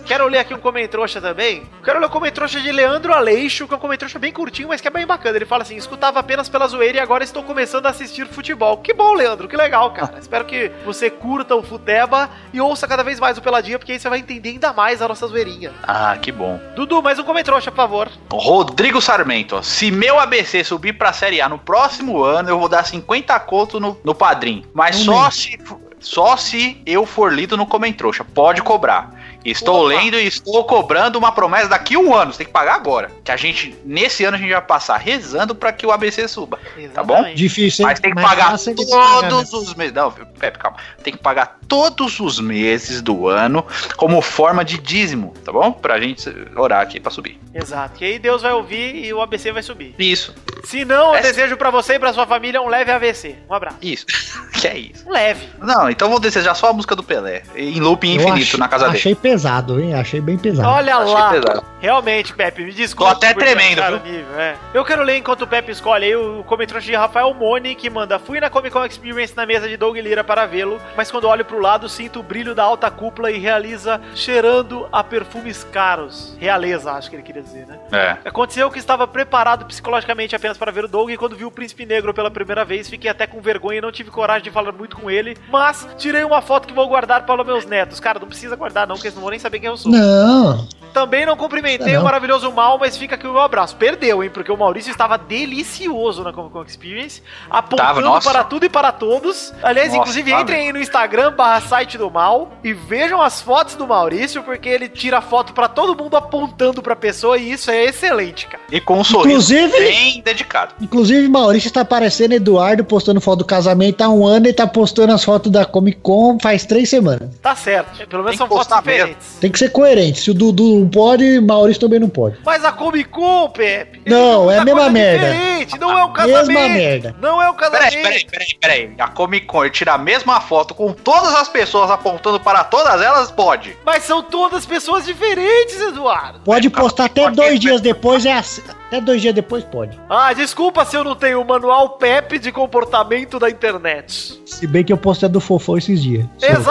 S5: Quero ler aqui um comentrouxa também. Quero ler o comentrouxa de Leandro Aleixo, que é um comentrouxa bem curtinho, mas que é bem bacana. Ele fala assim: escutava apenas pela zoeira e agora estou começando a assistir futebol. Que bom, Leandro, que legal, cara. Espero que você curta o Futeba e ouça cada vez mais o Peladinha, porque aí você vai entender ainda mais a nossa zoeirinha.
S3: Ah, que bom.
S5: Dudu, mais um comentrouxa, por favor.
S3: Rodrigo Sarmento, ó. Se meu ABC subir pra Série A no próximo ano, eu vou dar 50 conto no, no padrinho. Mas
S4: Hum.
S3: só se, só se eu for lido no Comentrouxa. Pode cobrar. Estou
S5: Opa.
S3: lendo e estou cobrando uma promessa daqui a um ano. Você tem que pagar agora. Que a gente, nesse ano, a gente vai passar rezando pra que o ABC suba. Tá bom?
S5: Exatamente.
S4: Difícil, hein?
S3: Mas tem que
S4: Mais
S3: pagar
S4: fácil é de
S3: todos
S4: pagar, né?
S3: os meses. Não, Pepe, calma. Tem que pagar todos os meses do ano como forma de dízimo, tá bom? Pra gente orar aqui pra subir.
S5: Exato. Que aí Deus vai ouvir e o ABC vai subir.
S3: Isso,
S5: Se não, eu
S3: Essa-
S5: desejo pra você e pra sua família um leve AVC. Um abraço.
S3: isso. que é isso.
S5: Um leve.
S3: Não, então vou desejar só a música do Pelé. Em looping
S4: Eu
S3: infinito
S4: achei-
S3: na casa dele.
S4: Achei pesado, hein? Achei bem pesado.
S5: Olha
S3: Achei
S5: lá.
S3: pesado.
S5: Realmente, Pepe, me desculpa.
S3: Tô até
S5: por
S3: tremendo,
S5: baixar
S3: viu?
S5: o nível, é. Eu quero ler enquanto o Pepe escolhe aí o comentário de Rafael Moni, que manda: Fui na Comic Con Experience na mesa de Doug Lira para vê-lo, mas quando olho pro lado, sinto o brilho da alta cúpula e realiza cheirando a perfumes caros. Realeza, acho que ele queria dizer, né?
S3: É.
S5: Aconteceu que estava preparado psicologicamente apenas para ver o Doug e quando vi o Príncipe Negro pela primeira vez, fiquei até com vergonha e não tive coragem de falar muito com ele, mas tirei uma foto que vou guardar para os meus netos. Cara, não precisa guardar não, porque eles não vão nem saber quem eu sou.
S4: Não,
S5: Também não cumprimentei
S4: Ah, Não.
S5: o maravilhoso Mal, mas fica aqui o meu abraço. Perdeu, hein? Porque o Maurício estava delicioso na Comic Con Experience, apontando
S3: Tava, nossa.
S5: para tudo e para todos. Aliás,
S3: Nossa,
S5: inclusive,
S3: tava.
S5: entrem aí no Instagram barra site do Mal e vejam as fotos do Maurício, porque ele tira foto para todo mundo apontando para pessoa e isso é excelente, cara.
S3: E com um sorriso
S4: inclusive,
S3: bem dedicado.
S4: inclusive Maurício está aparecendo Eduardo postando foto do casamento há um ano e tá postando as fotos da Comic Con faz três semanas.
S5: Tá certo. Pelo menos
S3: É, que
S5: são fotos
S3: postar mesmo.
S5: diferentes.
S4: Tem que ser coerente. Se o Dudu não pode, Maurício também não pode.
S5: Mas a Comic Con, Pepe.
S4: Não, é a
S5: muita
S4: mesma
S5: coisa
S4: merda.
S5: Diferente. Não é o casamento.
S4: Mesma merda.
S5: Não é o casamento.
S3: Peraí, peraí, peraí, peraí. A Comic Con tira a mesma foto com todas as pessoas apontando para todas elas? Pode.
S5: Mas são todas pessoas diferentes, Eduardo.
S4: Pode postar até
S3: pode-
S4: dois dias depois, é assim. Até dois dias depois pode.
S5: Ah, desculpa se eu não tenho o manual Pepe de comportamento da internet.
S4: Se bem que eu postei a do Fofão esses dias.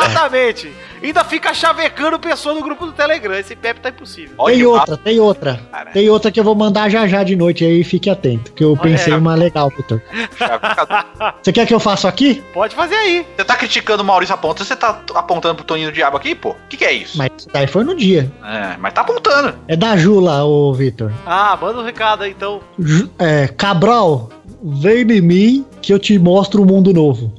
S5: Exatamente. Ainda fica chavecando pessoa no grupo do Telegram. Esse Pepe tá impossível.
S3: Olha
S4: tem
S3: o
S4: outra, tem outra.
S3: Cara.
S4: Tem outra que eu vou mandar já já de noite aí, fique atento, que eu pensei
S5: aí.
S4: uma legal, Vitor.
S3: mapa.
S4: Você quer que eu faça aqui?
S5: Pode fazer aí.
S3: Você tá criticando o Maurício apontando, você tá t- apontando pro Toninho do Diabo aqui, pô? O que, que é isso?
S4: Mas isso daí foi no dia.
S3: É, mas tá apontando.
S4: É da Jula, ô Vitor.
S5: Ah, manda um recado aí então.
S4: Ju- É, Cabral, vem em um mim que eu te mostro o mundo novo.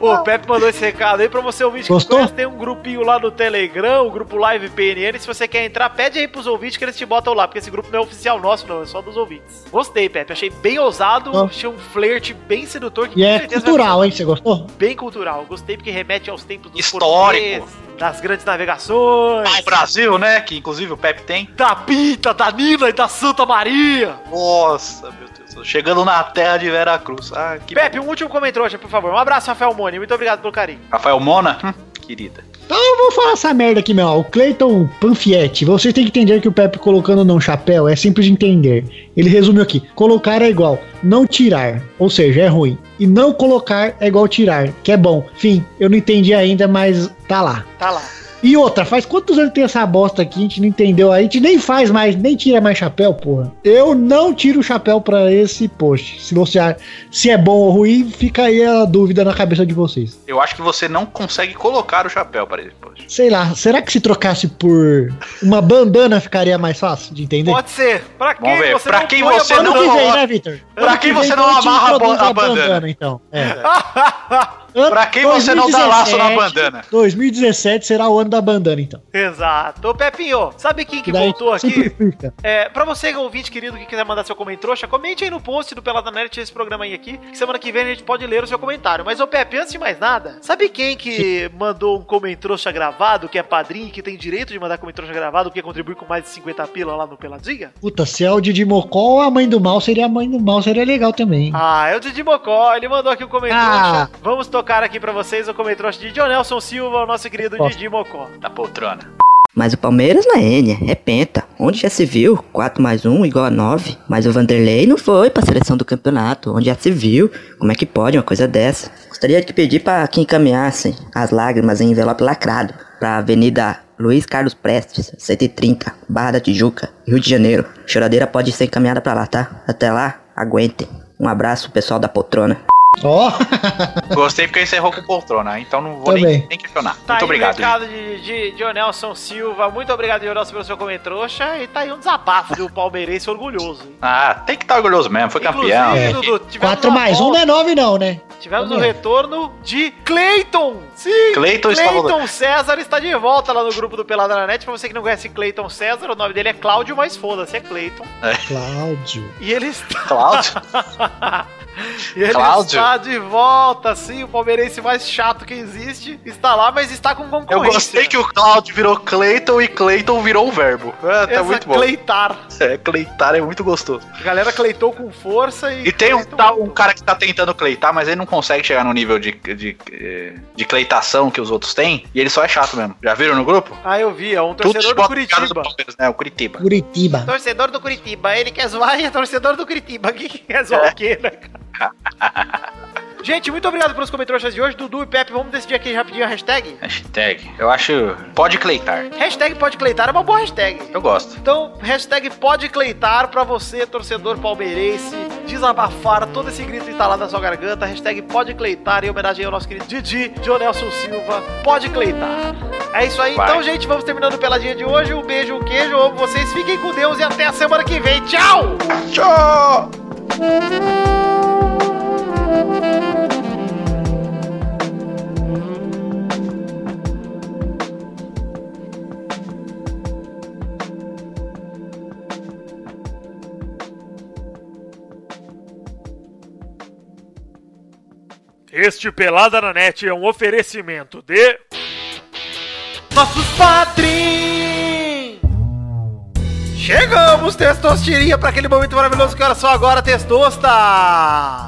S5: O Pepe mandou esse recado aí pra você ouvir que
S4: Gostou?
S5: conhece. Tem um grupinho lá no Telegram, o grupo Live PNN. Se você quer entrar, pede aí pros ouvintes que eles te botam lá, porque esse grupo não é oficial nosso, não, é só dos ouvintes. Gostei, Pepe. Achei bem ousado,
S4: Ó.
S5: achei um flerte bem sedutor que
S4: E é
S5: certeza vai
S4: cultural, hein? Você gostou?
S5: ser Bem cultural. Gostei porque remete aos tempos dos
S3: Histórico.
S5: portugueses, das grandes navegações.
S3: Pai Brasil, né? Que inclusive o Pepe tem.
S5: Da Pita, da Nina e da Santa Maria.
S3: Nossa, meu Deus. do céu. Chegando na terra de Veracruz. Ah, que
S5: Pepe, um último comentário hoje, por favor. Um abraço, Rafael Moni. Muito obrigado pelo carinho.
S3: Rafael Mona, hum, querida.
S4: Então eu vou falar essa merda aqui, meu. ó. O Clayton Panfietti. Vocês têm que entender que o Pepe colocando ou não chapéu é simples de entender. Ele resumiu aqui. Colocar é igual não tirar, ou seja, é ruim. E não colocar é igual tirar, que é bom. Fim, eu não entendi ainda, mas tá lá.
S5: Tá lá.
S4: E outra, faz quantos anos que tem essa bosta aqui, a gente não entendeu aí, a gente nem faz mais, nem tira mais chapéu, porra. Eu não tiro o chapéu pra esse post. Se você a- se é bom ou ruim, fica aí a dúvida na cabeça de vocês.
S3: Eu acho que você não consegue colocar o chapéu para ele. poxa.
S4: Sei lá, será que se trocasse por uma bandana ficaria mais fácil de entender?
S5: Pode ser. Pra quem
S3: Vamos ver,
S5: você
S3: pra
S5: não
S3: quem
S5: põe a
S3: você
S5: banana-
S4: ano
S3: não-
S4: que vem, né, Victor?
S3: Pra
S4: Ano
S3: quem
S4: vem
S3: você não
S4: eu te
S3: amarra a bo-
S4: introduzo
S3: a bandana.
S4: então. É.
S3: Pra quem você não dá laço na bandana?
S4: 2017 será o ano da bandana, então.
S5: Exato. Ô, Pepinho, sabe quem que
S4: Daí
S5: voltou aqui?
S4: simplifica.
S5: É, pra você, ouvinte querido, que quiser mandar seu comentário, trouxa, comente aí no post do Pelada Nerd esse programa aí aqui, que semana que vem a gente pode ler o seu comentário. Mas, ô Pepe, antes de mais nada, sabe quem que mandou um comentrouxa gravado, que é padrinho e que tem direito de mandar comentrouxa gravado, porque contribui com mais de 50 pila lá no Peladinha?
S4: Puta, se é o Didi Mocó ou a mãe do mal, seria a mãe do mal, seria legal também. hein?
S5: Ah, é o Didi Mocó, ele mandou aqui o comentrouxa.
S4: Ah.
S5: Vamos tocar aqui pra vocês o comentrouxa de John Nelson Silva, o nosso querido
S4: Ó.
S5: Didi Mocó.
S3: Na poltrona.
S8: Mas o Palmeiras não é N, é penta. Onde já se viu 4 mais 1 igual a 9. Mas o Vanderlei não foi pra seleção do campeonato. Onde já se viu. Como é que pode uma coisa dessa? Gostaria de pedir pra que encaminhassem as lágrimas em envelope lacrado pra Avenida Luiz Carlos Prestes, 130, Barra da Tijuca, Rio de Janeiro. Choradeira pode ser encaminhada pra lá, tá? Até lá, aguentem. Um abraço, pessoal da poltrona.
S4: Ó,
S3: Gostei porque encerrou com poltrona, então não vou
S4: Também.
S3: nem, nem questionar. Muito
S5: Tá aí
S3: obrigado.
S5: o recado de, de, de Nelson Silva. Muito obrigado, Nelson, pelo seu comentrouxa. E tá aí um desabafo do palmeirense orgulhoso.
S3: Ah, tem que estar orgulhoso mesmo, foi campeão. É.
S5: Inclusive, Dudu, tivemos
S4: 4
S5: uma
S4: É. mais 1
S5: volta-
S4: não é 9 não, né?
S5: Tivemos o
S4: Vamos lá.
S5: retorno de Cleiton! Sim!
S3: Cleiton está
S5: Cleiton César está de volta lá no grupo do Pelada na Net. Pra você que não conhece Cleiton César, o nome dele é Cláudio, mas foda-se, é Cleiton.
S4: Cláudio.
S5: E ele está.
S3: Cláudio.
S5: e ele
S3: Cláudio?
S5: está de volta, sim, o palmeirense mais chato que existe. Está lá, mas está com concorrência.
S3: Eu gostei que o Cláudio virou Cleiton e Cleiton virou um verbo. Ah, tá
S5: Essa
S3: muito bom.
S5: Cleitar.
S3: É, Cleitar é muito gostoso.
S5: A galera cleitou com força e.
S3: E tem um,
S5: Cleiton
S3: tá, um
S5: voltou.
S3: cara que tá tentando cleitar, mas ele não consegue chegar no nível de, de, eh, de cleitação que os outros têm, e ele só é chato mesmo. Já viram no grupo?
S5: Ah, eu vi, é um
S3: Tudo
S5: torcedor do Curitiba.
S3: né? O Curitiba.
S4: Curitiba.
S5: Torcedor do Curitiba, ele quer zoar e é torcedor do Curitiba. Quem que quer zoar o quê, né, cara? Gente, muito obrigado pelos comentários de hoje. Dudu e Pepe, vamos decidir aqui rapidinho a hashtag?
S3: Hashtag. Eu acho. Pode cleitar.
S5: Hashtag pode cleitar é uma boa hashtag.
S3: Eu gosto.
S5: Então, hashtag pode cleitar pra você, torcedor palmeirense, desabafar todo esse grito que tá lá na sua garganta. Hashtag pode cleitar em homenagem ao nosso querido Didi, John Nelson Silva. Pode cleitar. É isso aí.
S3: Vai.
S5: Então, gente, vamos terminando o peladinha de hoje. Um beijo, um queijo. Amo vocês. Fiquem com Deus e até a semana que vem. Tchau!
S3: Tchau!
S5: Este Pelada na Net é um oferecimento de. Nossos padrinhos! Chegamos, Testosterinha, para aquele momento maravilhoso que olha só agora, Testosta!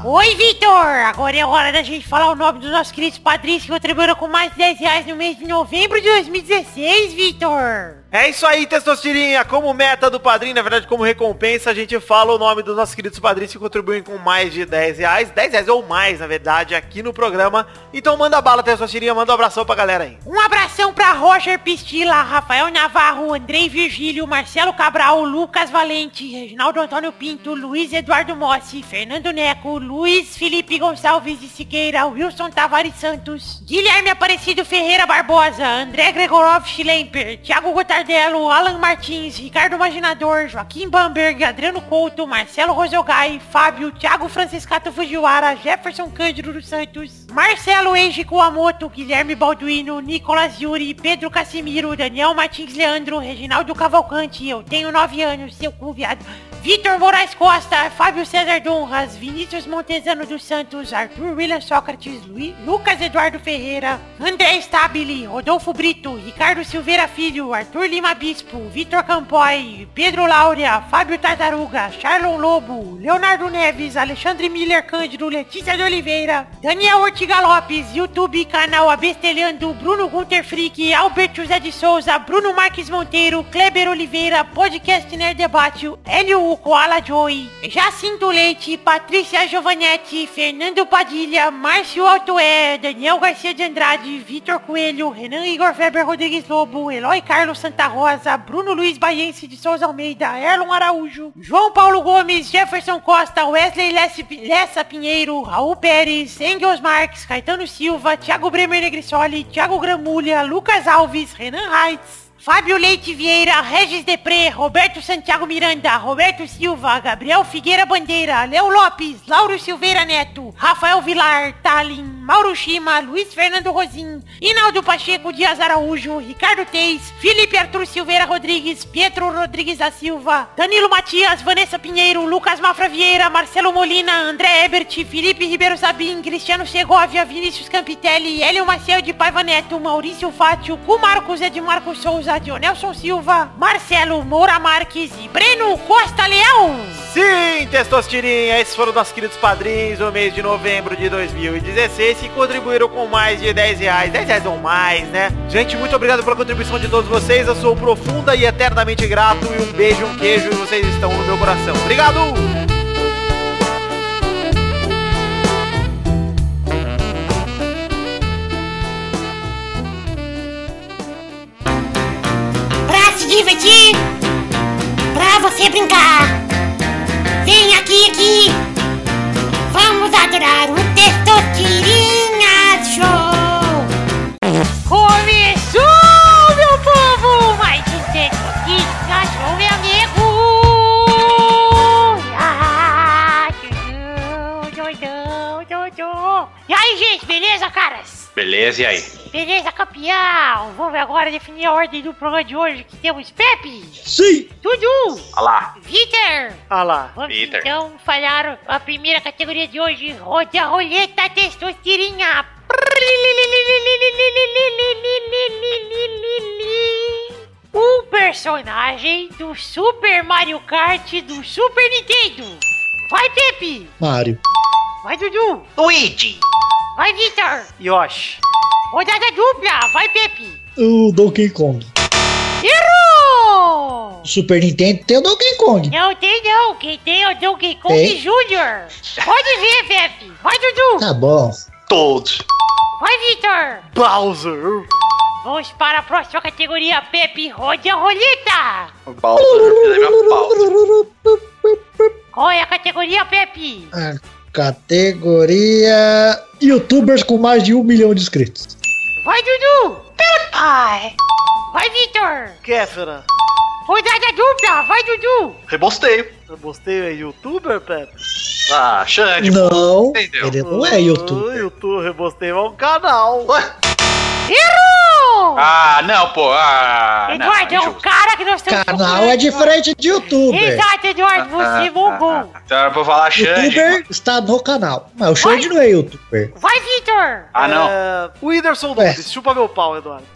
S6: Oi, Vitor! Agora é hora da gente falar o nome dos nossos queridos padrinhos que contribuíram com mais de 10 reais no mês de novembro de 2016, Vitor!
S5: É isso aí, Testosterinha! Como meta do padrinho, na verdade, como recompensa, a gente fala o nome dos nossos queridos padrinhos que contribuem com mais de 10 reais, 10 reais ou mais, na verdade, aqui no programa. Então manda bala, Testosterinha, manda um abração pra galera aí.
S6: Um abração pra Roger Pistila, Rafael Navarro, Andrei Virgílio, Marcelo Cabral, Luca Lucas Valente, Reginaldo Antônio Pinto, Luiz Eduardo Mossi, Fernando Neco, Luiz Felipe Gonçalves de Siqueira, Wilson Tavares Santos, Guilherme Aparecido Ferreira Barbosa, André Gregorov Schlemper, Thiago Gotardello, Alan Martins, Ricardo Maginador, Joaquim Bamberg, Adriano Couto, Marcelo Rosogai, Fábio, Thiago Franciscato Fujiwara, Jefferson Cândido dos Santos, Marcelo Enji Kuamoto, Guilherme Balduino, Nicolas Yuri, Pedro Casimiro, Daniel Martins Leandro, Reginaldo Cavalcante, eu tenho 9 anos, seu cu viado. Vitor Moraes Costa, Fábio César Donras, Vinícius Montezano dos Santos, Arthur William Sócrates, Lu- Lucas Eduardo Ferreira, André Stabile, Rodolfo Brito, Ricardo Silveira Filho, Arthur Lima Bispo, Vitor Campoy, Pedro Laura, Fábio Tartaruga, Charlon Lobo, Leonardo Neves, Alexandre Miller Cândido, Letícia de Oliveira, Daniel Ortiga Lopes, YouTube, canal Abestelhando, Bruno Gunter Frick, Albert José de Souza, Bruno Marques Monteiro, Kleber Oliveira, Podcast Nerd Debate, Hélio Koala Joy, Jacinto Leite, Patrícia Giovanetti, Fernando Padilha, Márcio Altoé, Daniel Garcia de Andrade, Vitor Coelho, Renan Igor Weber Rodrigues Lobo, Eloy Carlos Santa Rosa, Bruno Luiz Baiense de Souza Almeida, Erlon Araújo, João Paulo Gomes, Jefferson Costa, Wesley Lesse- Lessa Pinheiro, Raul Pérez, Engels Marques, Caetano Silva, Thiago Bremer Negrissoli, Thiago Gramulha, Lucas Alves, Renan Reitz, Fábio Leite Vieira, Regis Depré, Roberto Santiago Miranda, Roberto Silva, Gabriel Figueira Bandeira, Léo Lopes, Lauro Silveira Neto, Rafael Vilar, Tallin, Mauro Shima, Luiz Fernando Rosim, Inaldo Pacheco Dias Araújo, Ricardo Teis, Felipe Arthur Silveira Rodrigues, Pietro Rodrigues da Silva, Danilo Matias, Vanessa Pinheiro, Lucas Mafra Vieira, Marcelo Molina, André Ebert, Felipe Ribeiro Sabim, Cristiano Segovia, Vinícius Campitelli, Hélio Marcel de Paiva Neto, Maurício Fátio, Cu Marcos Edmarco Souza, Dionelson Silva, Marcelo Moura Marques e Breno Costa Leão.
S5: Sim, Testostirinha, esses foram nossos queridos padrinhos no mês de novembro de 2016 que contribuíram com mais de 10 reais, 10 reais ou mais, né? Gente, muito obrigado pela contribuição de todos vocês, eu sou profunda e eternamente grato e um beijo, um queijo, vocês estão no meu coração. Obrigado!
S6: Pra se divertir, pra você brincar, vem aqui, aqui, vamos adorar o Testosterinhas Show! Começou, meu povo! Mais um Testosterinhas Show, é meu amigo! Ah, tchau, tchau, tchau, tchau, tchau. E aí, gente, beleza, caras?
S7: Beleza, e aí?
S6: Beleza, campeão! Vamos agora definir a ordem do programa de hoje, que temos Pepe,
S4: Sim!
S6: Dudu,
S7: Olha lá.
S6: Vitor!
S5: Ah lá.
S6: Vamos
S7: Vitor.
S6: então falhar a primeira categoria de hoje, roda a roleta testosterinha! Um personagem do Super Mario Kart do Super Nintendo! Vai, Pepe!
S4: Mário.
S6: Vai, Dudu!
S3: Luigi!
S6: Vai, Vitor!
S5: Yoshi.
S6: Rodada dupla! Vai, Pepe!
S4: O Donkey Kong.
S6: Errou!
S4: O Super Nintendo tem o Donkey Kong.
S6: Não tem não, quem tem é o Donkey Kong
S4: Tem?
S6: Jr. Pode ver, Pepe. Vai, Dudu.
S4: Tá bom.
S3: Todos!
S6: Vai, Victor.
S5: Bowser.
S6: Vamos para a próxima categoria, Pepe. Rode a roleta.
S3: Bowser, ele é minha pauta.
S6: Qual é a categoria, Pepe?
S4: A categoria. Youtubers com mais de um milhão de inscritos.
S6: Vai, Dudu. Pai. Vai, Victor.
S5: Kéfera.
S6: Rodada dupla. Vai, Dudu.
S3: Rebosteio.
S5: Eu gostei, é youtuber, Pepe?
S3: Ah, Xande.
S4: Não,
S3: entendeu.
S4: ele não é
S5: Ah,
S4: youtuber.
S5: Youtuber, rebostei, é um canal.
S6: Errou.
S7: Ah, não, pô. Ah, não,
S6: Eduardo, é um
S7: injusto.
S6: cara que nós estamos
S4: Canal é diferente de youtuber.
S6: Exato, Eduardo. Você
S3: Ah,
S6: bugou.
S3: ah, ah. Então eu vou falar Xande.
S4: Youtuber está no canal. Mas o Xande não é youtuber.
S6: Vai, Victor.
S3: Ah, não.
S5: É, o Whindersson Nunes, chupa meu pau, Eduardo.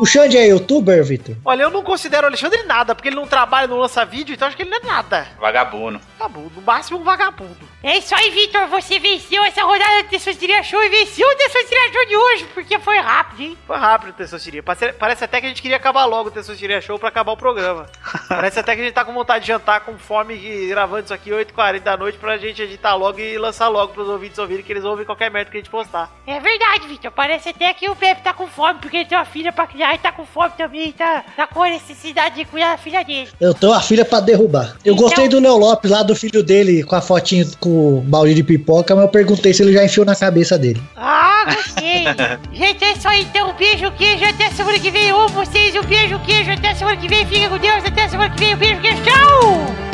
S4: O Xande é youtuber, Vitor?
S5: Olha, eu não considero o Alexandre nada, porque ele não trabalha, não lança vídeo, então acho que ele não é nada.
S7: Vagabundo.
S5: Vagabundo, no máximo um vagabundo.
S6: É isso aí, Vitor. Você venceu essa rodada do Testosterinha Show e venceu o Testosterinha Show de hoje, porque foi rápido, hein?
S5: Foi rápido o Testosterinha. Parece, parece até que a gente queria acabar logo o Testosterinha Show pra acabar o programa. parece até que a gente tá com vontade de jantar, com fome, e gravando isso aqui 8h40 da noite pra gente editar logo e lançar logo pros ouvintes ouvirem, que eles ouvem qualquer merda que a gente postar.
S6: É verdade, Vitor. Parece até que o Pepe tá com fome porque ele tem uma filha pra criar Jair tá com fome também, tá, tá com a necessidade de cuidar da filha dele.
S4: Eu tenho a filha pra derrubar. Eu
S6: Então-
S4: gostei do Léo Lopes lá do filho dele com a fotinha com o balde de pipoca, mas eu perguntei se ele já enfiou na cabeça dele.
S6: Ah, gostei. Gente, é isso aí então. Beijo, queijo, até semana que vem. Eu amo vocês. Um beijo, queijo, até semana que vem. Fica com Deus, até semana que vem. Um beijo, queijo, tchau!